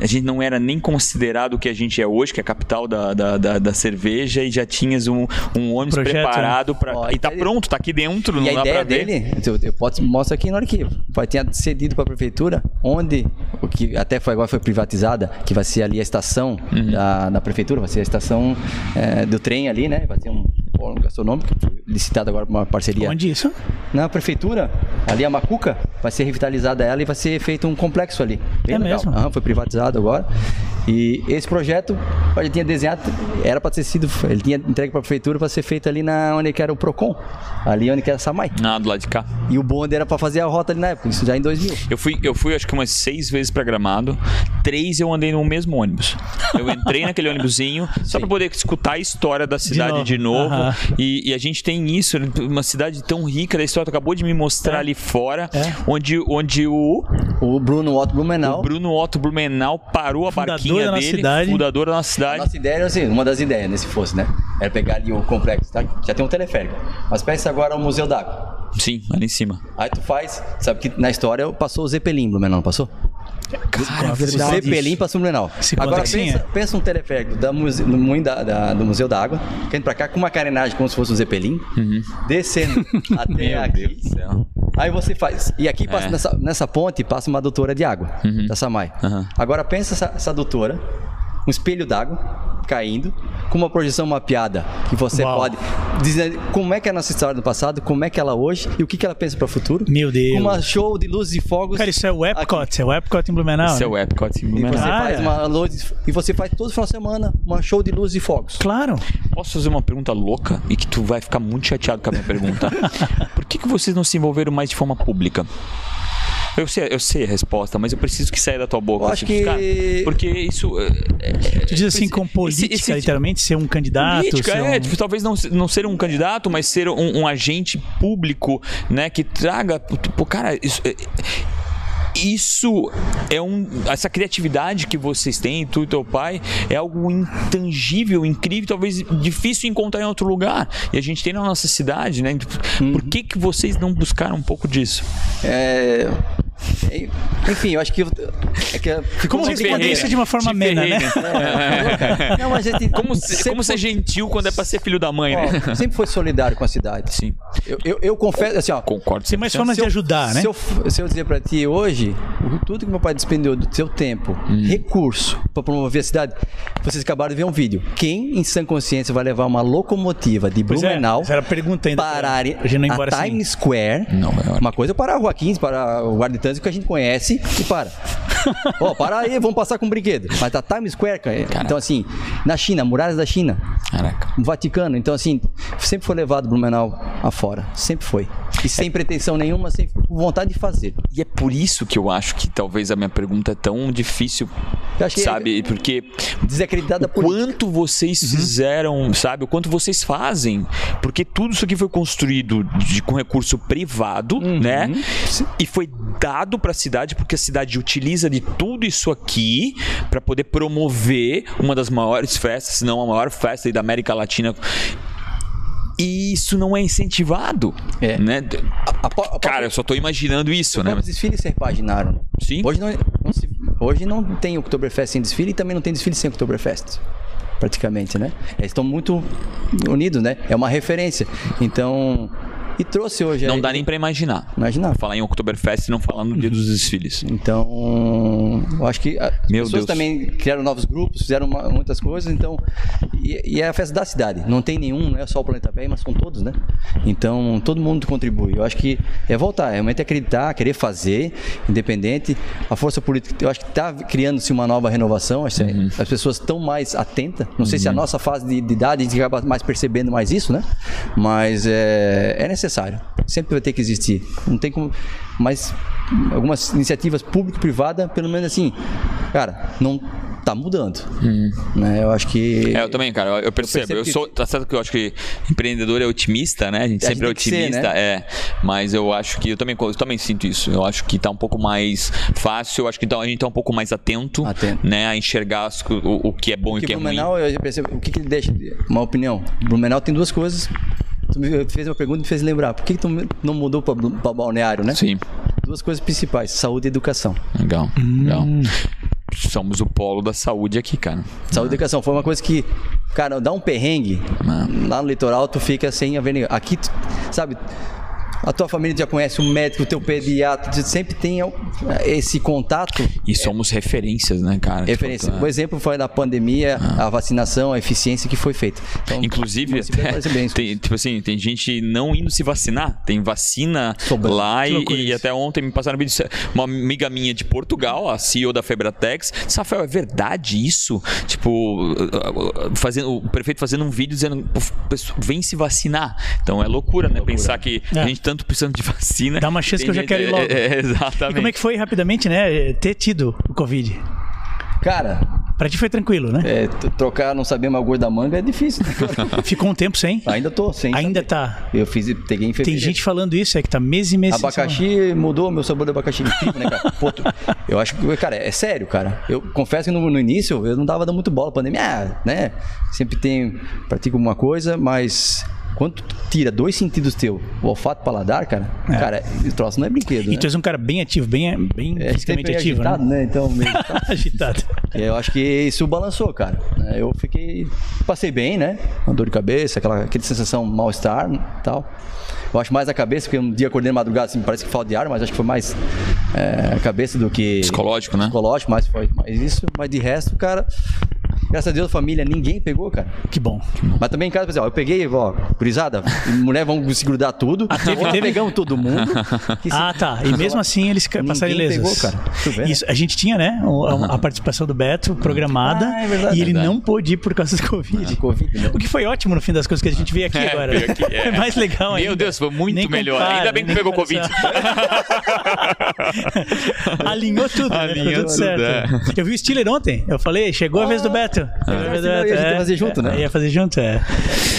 A gente não era nem considerado o que a gente é hoje, que é a capital da, da, da- da cerveja, e já tinhas um, um ônibus
Projeto, né?
preparado pra.
Ó,
e tá
ele-
pronto, tá aqui dentro,
E
não
a
dá pra
ideia
ver.
dele, eu, eu posso mostrar aqui no arquivo, vai ter cedido para a prefeitura, onde o que até foi agora foi privatizada, que vai ser ali a estação
Uhum.
da, da prefeitura, vai ser a estação eh, do trem ali, né? Vai ter um fórum gastronômico foi licitado agora para uma
É.
parceria.
Onde isso?
Na prefeitura, ali a Macuca, vai ser revitalizada ela e vai ser feito um complexo ali. Bem
É
legal.
mesmo?
Aham, foi privatizado agora. E esse projeto, ele tinha desenhado, era para ter sido, ele tinha entregue para a prefeitura para ser feito ali na onde que era o Procon, ali onde que era a Samai.
Ah, do lado de cá.
E o bonde era para fazer a rota ali na época, isso já em 2000.
Eu fui, eu fui acho que umas seis vezes pra Gramado. Três eu andei no mesmo ônibus. Eu entrei naquele ônibusinho só pra poder escutar a história da cidade
novo.
de novo.
Aham.
E, e a gente tem isso, uma cidade tão rica da história. Tu acabou de me
É.
mostrar ali fora, onde, onde o,
O Bruno Otto Blumenau.
o Bruno Otto Blumenau parou a
Fundador
barquinha
da nossa
dele,
cidade.
fundador da nossa
A
cidade.
nossa ideia era assim, uma das ideias, né, se fosse, né? Era pegar ali o complexo, tá? Já tem um teleférico. Mas pensa agora o Museu d'Água.
Sim, ali em cima.
Aí tu faz, sabe que na história passou o Zeppelin, Blumenau, não passou?
Cara,
O Zeppelin passou o Blumenau.
Se conta
Agora
que sim,
pensa,
é.
pensa um teleférico da muse- no moinho da- da- do Museu da Água, caindo pra cá com uma carenagem como se fosse um Zeppelin,
Uhum.
descendo até aqui. Aí você faz. E
É.
aqui passa nessa, nessa ponte passa uma doutora de água,
Uhum.
da Samai.
Aham.
Agora pensa essa, essa doutora, um espelho d'água caindo, com uma projeção mapeada que você
Uau.
pode dizer como é que é a nossa história do passado, como é que ela é hoje e o que, que ela pensa para o futuro.
Meu Deus.
Com uma show de luzes e fogos.
Cara, isso é o Epcot,
aqui.
é o Epcot em Blumenau.
Esse é
né?
o Epcot em
E você
Blumenau.
Ah,
faz
é?
uma luz e você faz todo final de semana uma show de luzes e fogos.
Claro.
Posso fazer uma pergunta louca e que tu vai ficar muito chateado com a minha pergunta? Por que, que vocês não se envolveram mais de forma pública? Eu sei, eu sei a resposta, mas eu preciso que saia da tua boca.
Eu acho
assim,
que-
cara, porque isso. é, é,
Tu diz assim, com política,
esse- tipo esse-
literalmente, ser um candidato.
política,
ser um...
é, tipo, talvez não, se- não ser um candidato, mas ser um, um agente público, né, que traga, pô, cara, isso é, isso é um essa criatividade que vocês têm, tu e teu pai, é algo intangível, incrível, talvez difícil encontrar em outro lugar. E a gente tem na nossa cidade, né? Por
Uhum.
que que vocês não buscaram um pouco disso?
É, é, Enfim, eu acho que. eu- É que ficou
Como
uma
responder
brincadeira.
isso de uma forma
Te
amena, né?
ferrei,
é, Não, mas a gente
Como, se-
sempre
como ser
foi-
gentil quando é pra ser filho da mãe, né?
ó, sempre foi solidário com a cidade.
Sim,
Eu, eu, eu confesso, assim, ó.
concordo.
Tem mais
100%.
formas de ajudar, né?
Se eu, f- se eu dizer pra ti hoje, o- tudo que meu pai despendeu do seu tempo,
Hum.
recurso pra promover a cidade, vocês acabaram de ver um vídeo. Quem em sã consciência vai levar uma locomotiva de
Pois é,
Blumenau
essa era a pergunta ainda.
parar em-
A gente não ir embora
a
assim.
Times Square?
Não, é hora.
Uma coisa é parar a Rua 15, parar o guarda de trânsito que a gente conhece e para. Ó, para aí, vamos passar com um brinquedo. Mas tá Times Square, cara. Então, assim, na China, muralhas da China,
Caraca.
o Vaticano. Então, assim, sempre foi levado Blumenau afora. Sempre foi.
É.
E sem pretensão nenhuma, sem vontade de fazer.
E é por isso que eu acho que talvez a minha pergunta é tão difícil,
Eu acho que- é
sabe? Porque
Desacreditada por.
quanto vocês fizeram, sabe? O quanto vocês fazem. Porque tudo isso aqui foi construído de- com recurso privado, né? E foi dado para a cidade, porque a cidade utiliza de tudo isso aqui para poder promover uma das maiores festas, se não a maior festa aí da América Latina. E isso não é incentivado,
É.
né?
A, po- a,
Cara, eu só tô imaginando isso, né?
Os desfiles se repaginaram.
Sim.
né? Hoje não, não se- hoje não tem Oktoberfest sem desfile e também não tem desfile sem Oktoberfest. Praticamente, né? Eles estão muito unidos, né? É uma referência. Então. E trouxe hoje.
Não
aí-
dá nem pra imaginar.
Imaginar.
Falar em Oktoberfest e não falar no dia
Uhum.
dos desfiles.
Então, eu acho que as
Meu Deus.
pessoas também criaram novos grupos, fizeram uma- muitas coisas, então. E, e é a festa da cidade. Não tem nenhum, não é só o Planeta Bem, mas são todos, né? Então, todo mundo contribui. Eu acho que é voltar, é realmente acreditar, querer fazer, independente. A força política, eu acho que está criando-se uma nova renovação, acho que
Uhum.
as pessoas estão mais atentas. Não sei se a nossa fase de, de idade a gente acaba mais percebendo mais isso, né? Mas é, é necessário. Sempre vai ter que existir. Não tem como. Mas algumas iniciativas público-privada, pelo menos assim, cara, não tá mudando. Né? Eu acho que.
É, eu também, cara, eu- eu percebo.
percebo
Eu
que-
sou. Tá certo que eu acho que empreendedor é otimista, né? A gente
A
sempre é
gente tem que ser, né?
otimista, é. Mas eu acho que. Eu também, eu também sinto isso. Eu acho que tá um pouco mais fácil. Eu acho que então, a gente tá um pouco mais atento,
Atento.
né? A enxergar as co- o, o que é bom e o
Porque
que é ruim.
Blumenau, eu percebo, o que, que ele deixa? de- Uma opinião. Blumenau tem duas coisas. Tu me fez uma pergunta e me fez lembrar. Por que, que tu não mudou pra, Blu- pra balneário, né?
Sim,
Duas coisas principais: saúde e educação.
legal. Legal.
Hum.
Somos o polo da saúde aqui, cara.
Saúde
Ah.
e educação foi uma coisa que, cara, dá um perrengue.
Ah.
Lá no litoral tu fica sem avenida. Aqui, tu- sabe, a tua família já conhece o médico, o teu pediatra, tu sempre tem é, esse contato.
E somos referências, né, cara?
É. Referência.
Tipo,
O exemplo foi da pandemia,
Ah.
a vacinação, a eficiência que foi feita. Então,
Inclusive,
município é parabéns.
tem, tipo assim, tem gente não indo se vacinar. Tem vacina
Sobrando.
lá
Que
e,
loucura
e
isso.
até ontem me passaram um vídeo. Uma amiga minha de Portugal, a CEO da Febratex, disse, Rafael, é verdade isso? Tipo, fazendo, o prefeito fazendo um vídeo dizendo, "Pô, pessoal, vem se vacinar. Então é loucura, né? Pensar que
É.
a gente tanto precisando de vacina.
Dá uma chance
tem
que eu já
gente-
quero ir logo.
É, é,
E
exatamente.
como é que foi rapidamente, né? Ter tido o Covid?
Cara,
Pra ti foi tranquilo, né?
é, t- trocar, não saber mais o gosto da manga é difícil. né?
Ficou um tempo sem?
Ainda tô, sem.
Ainda
saber.
tá.
Eu fiz, peguei em fevereiro.
Tem gente falando isso, é que tá mês e mês sem
Abacaxi mudou meu sabor de abacaxi incrível, né, cara? Pô, tu- eu acho que, cara, é sério, cara. Eu confesso que no, no início eu não dava dando muito bola pra pandemia, ah, né? Sempre tem, pratica alguma coisa, mas quando tu tira dois sentidos teu, o olfato e o paladar, cara, cara, esse troço não é brinquedo,
E
né?
tu és um cara bem ativo, bem, bem
é
fisicamente
sempre
ativo,
agitado,
né?
né? Então, meio agitado.
Agitado.
E Eu acho que isso balançou, cara. É, Eu fiquei. Passei bem, né? Uma dor de cabeça, aquela, aquela sensação mal-estar né, tal. Eu acho mais a cabeça, porque um dia acordei de madrugada, assim, parece que falta de ar, mas acho que foi mais é, a cabeça do que.
Psicológico, né?
Psicológico, mas foi mais isso. Mas de resto, cara. Graças a Deus, família, ninguém pegou, cara.
Que bom.
Mas também em casa, por exemplo, ó, eu peguei, ó, gurizada, mulher, vamos se grudar tudo.
teve-
Nós
teve-
Pegamos todo mundo. Que se-
Ah, tá. E mesmo assim eles ca-
Ninguém
passaram ilesas.
pegou, cara. Tu vê, né?
Isso, a gente tinha, né, o- a, a participação do Beto programada
Ah, é verdade.
e ele
Verdade.
não pôde ir por causa do Covid.
Covid, né?
O que foi ótimo no fim das coisas que a gente veio aqui
É,
agora.
veio aqui, é.
é. mais legal
Meu
ainda.
Deus, foi muito
Nem
melhor. Ainda bem que
nem
pegou
compara, sabe? Alinhou tudo, né? Ficou
Alinhou
tudo,
tudo, é.
certo. Eu vi o Stiller ontem. Eu falei, chegou a vez do Beto. Chegou a vez do
Ah,
Beto, é.
a gente ia fazer junto, né?
Ia fazer junto, é.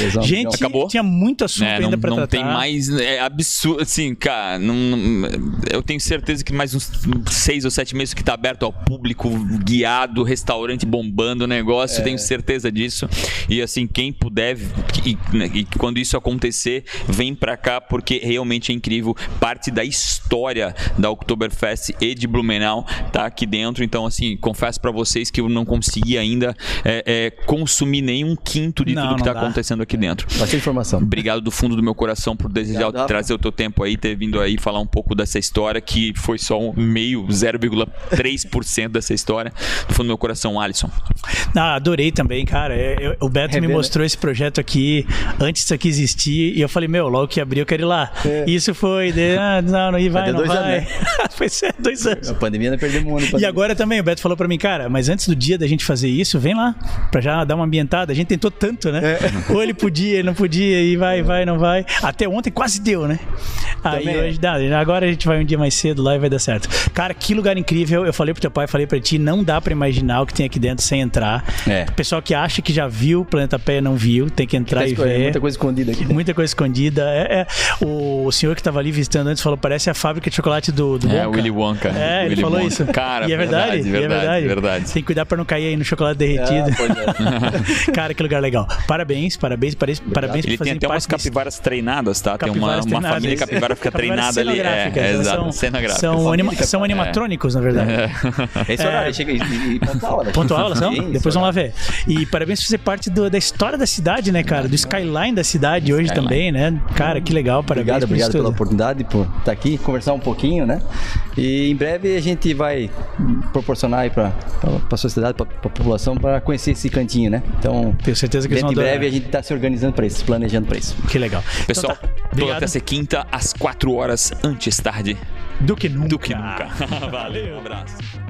Lesão,
Gente,
então.
Acabou?
tinha muito assunto
É, não,
ainda pra
não
tratar.
tem mais. É absurdo. Assim, cara, não- não- eu tenho certeza que mais uns seis ou sete meses que tá aberto ao público, guiado, restaurante bombando o negócio, eu
É.
tenho certeza disso. E assim, quem puder, e, né, e quando isso acontecer, vem pra cá, porque realmente é incrível. Parte da história da Oktoberfest e de Blumenau tá aqui dentro. Então, assim, confesso pra vocês que eu não consegui ainda é, é, consumir nenhum quinto de
Não,
tudo que
não
tá
dá. É.
acontecendo aqui dentro.
Bastante informação.
Obrigado do fundo do meu coração por desejar
Obrigado, Rafa.
trazer o teu tempo aí, ter vindo aí falar um pouco dessa história, que foi só um meio, 0,3% dessa história. Do fundo do meu coração, Alisson.
Ah, adorei também, cara. É, eu- o Beto
Revê,
me
né?
mostrou esse projeto aqui, antes disso aqui existir, e eu falei, meu, logo que abrir eu quero ir lá. Isso foi, de, ah, não, não e vai,
ter
não
É. dois
vai.
anos, né?
foi certo, dois anos.
A pandemia não perdeu muito.
E agora também, o Beto falou pra mim, cara, mas antes do dia da gente fazer isso, vem lá, pra já dar uma ambientada. A gente tentou tanto, né?
É.
Ou ele podia, ele não podia, e vai, vai, não vai. Até ontem quase deu, né? Aí
Também é.
hoje dá, agora a gente vai um dia mais cedo lá e vai dar certo. Cara, que lugar incrível. Eu falei pro teu pai, falei pra ti, não dá pra imaginar o que tem aqui dentro sem entrar.
É.
O pessoal que acha que já viu o Planeta Pé não viu, tem que entrar
Tá
e
esco- é
ver.
muita coisa escondida aqui.
Muita coisa escondida. É, é. O senhor que estava ali visitando antes falou: parece a fábrica de chocolate do, do Wonka.
Wonka.
É, ele falou isso.
Cara,
e é verdade, e é verdade. Tem que cuidar pra não cair aí no chocolate
Ah,
derretido.
é.
Ah,
Cara, que lugar legal. Parabéns, parabéns, parabéns, parabéns
Ele
por
tem
fazer
até umas
parte desse-
capivaras treinadas, tá? Tem uma,
capivaras
uma
treinadas.
família capivara que fica
Capivaras
treinada ali. É,
cenográficas,
é,
elas
exato,
são-
cenográfica. é.
São, anima-
capivara.
são animatrônicos, na verdade.
Esse
É.
horário, chega e, e, e ponto aula.
Pontual, elas são?
Sim,
então? Depois
esse
vamos lá
horário.
ver. E parabéns por fazer parte do- da história da cidade, né, cara? Do skyline da cidade hoje também, né? Cara, que legal, parabéns
Obrigado,
por isso
obrigado pela
tudo.
oportunidade, por estar aqui, conversar um pouquinho, né? E em breve a gente vai proporcionar aí para a sociedade, para a população, para conhecer esse cantinho, né? Então,
Tenho certeza que eles
dentro
vão
em breve a
adorar.
gente está se organizando para isso, planejando para isso.
Que legal. Então
Pessoal,
tá.
toda
obrigado.
terça e quinta, às 4 horas antes tarde
Do que nunca.
do que nunca. Valeu, um abraço.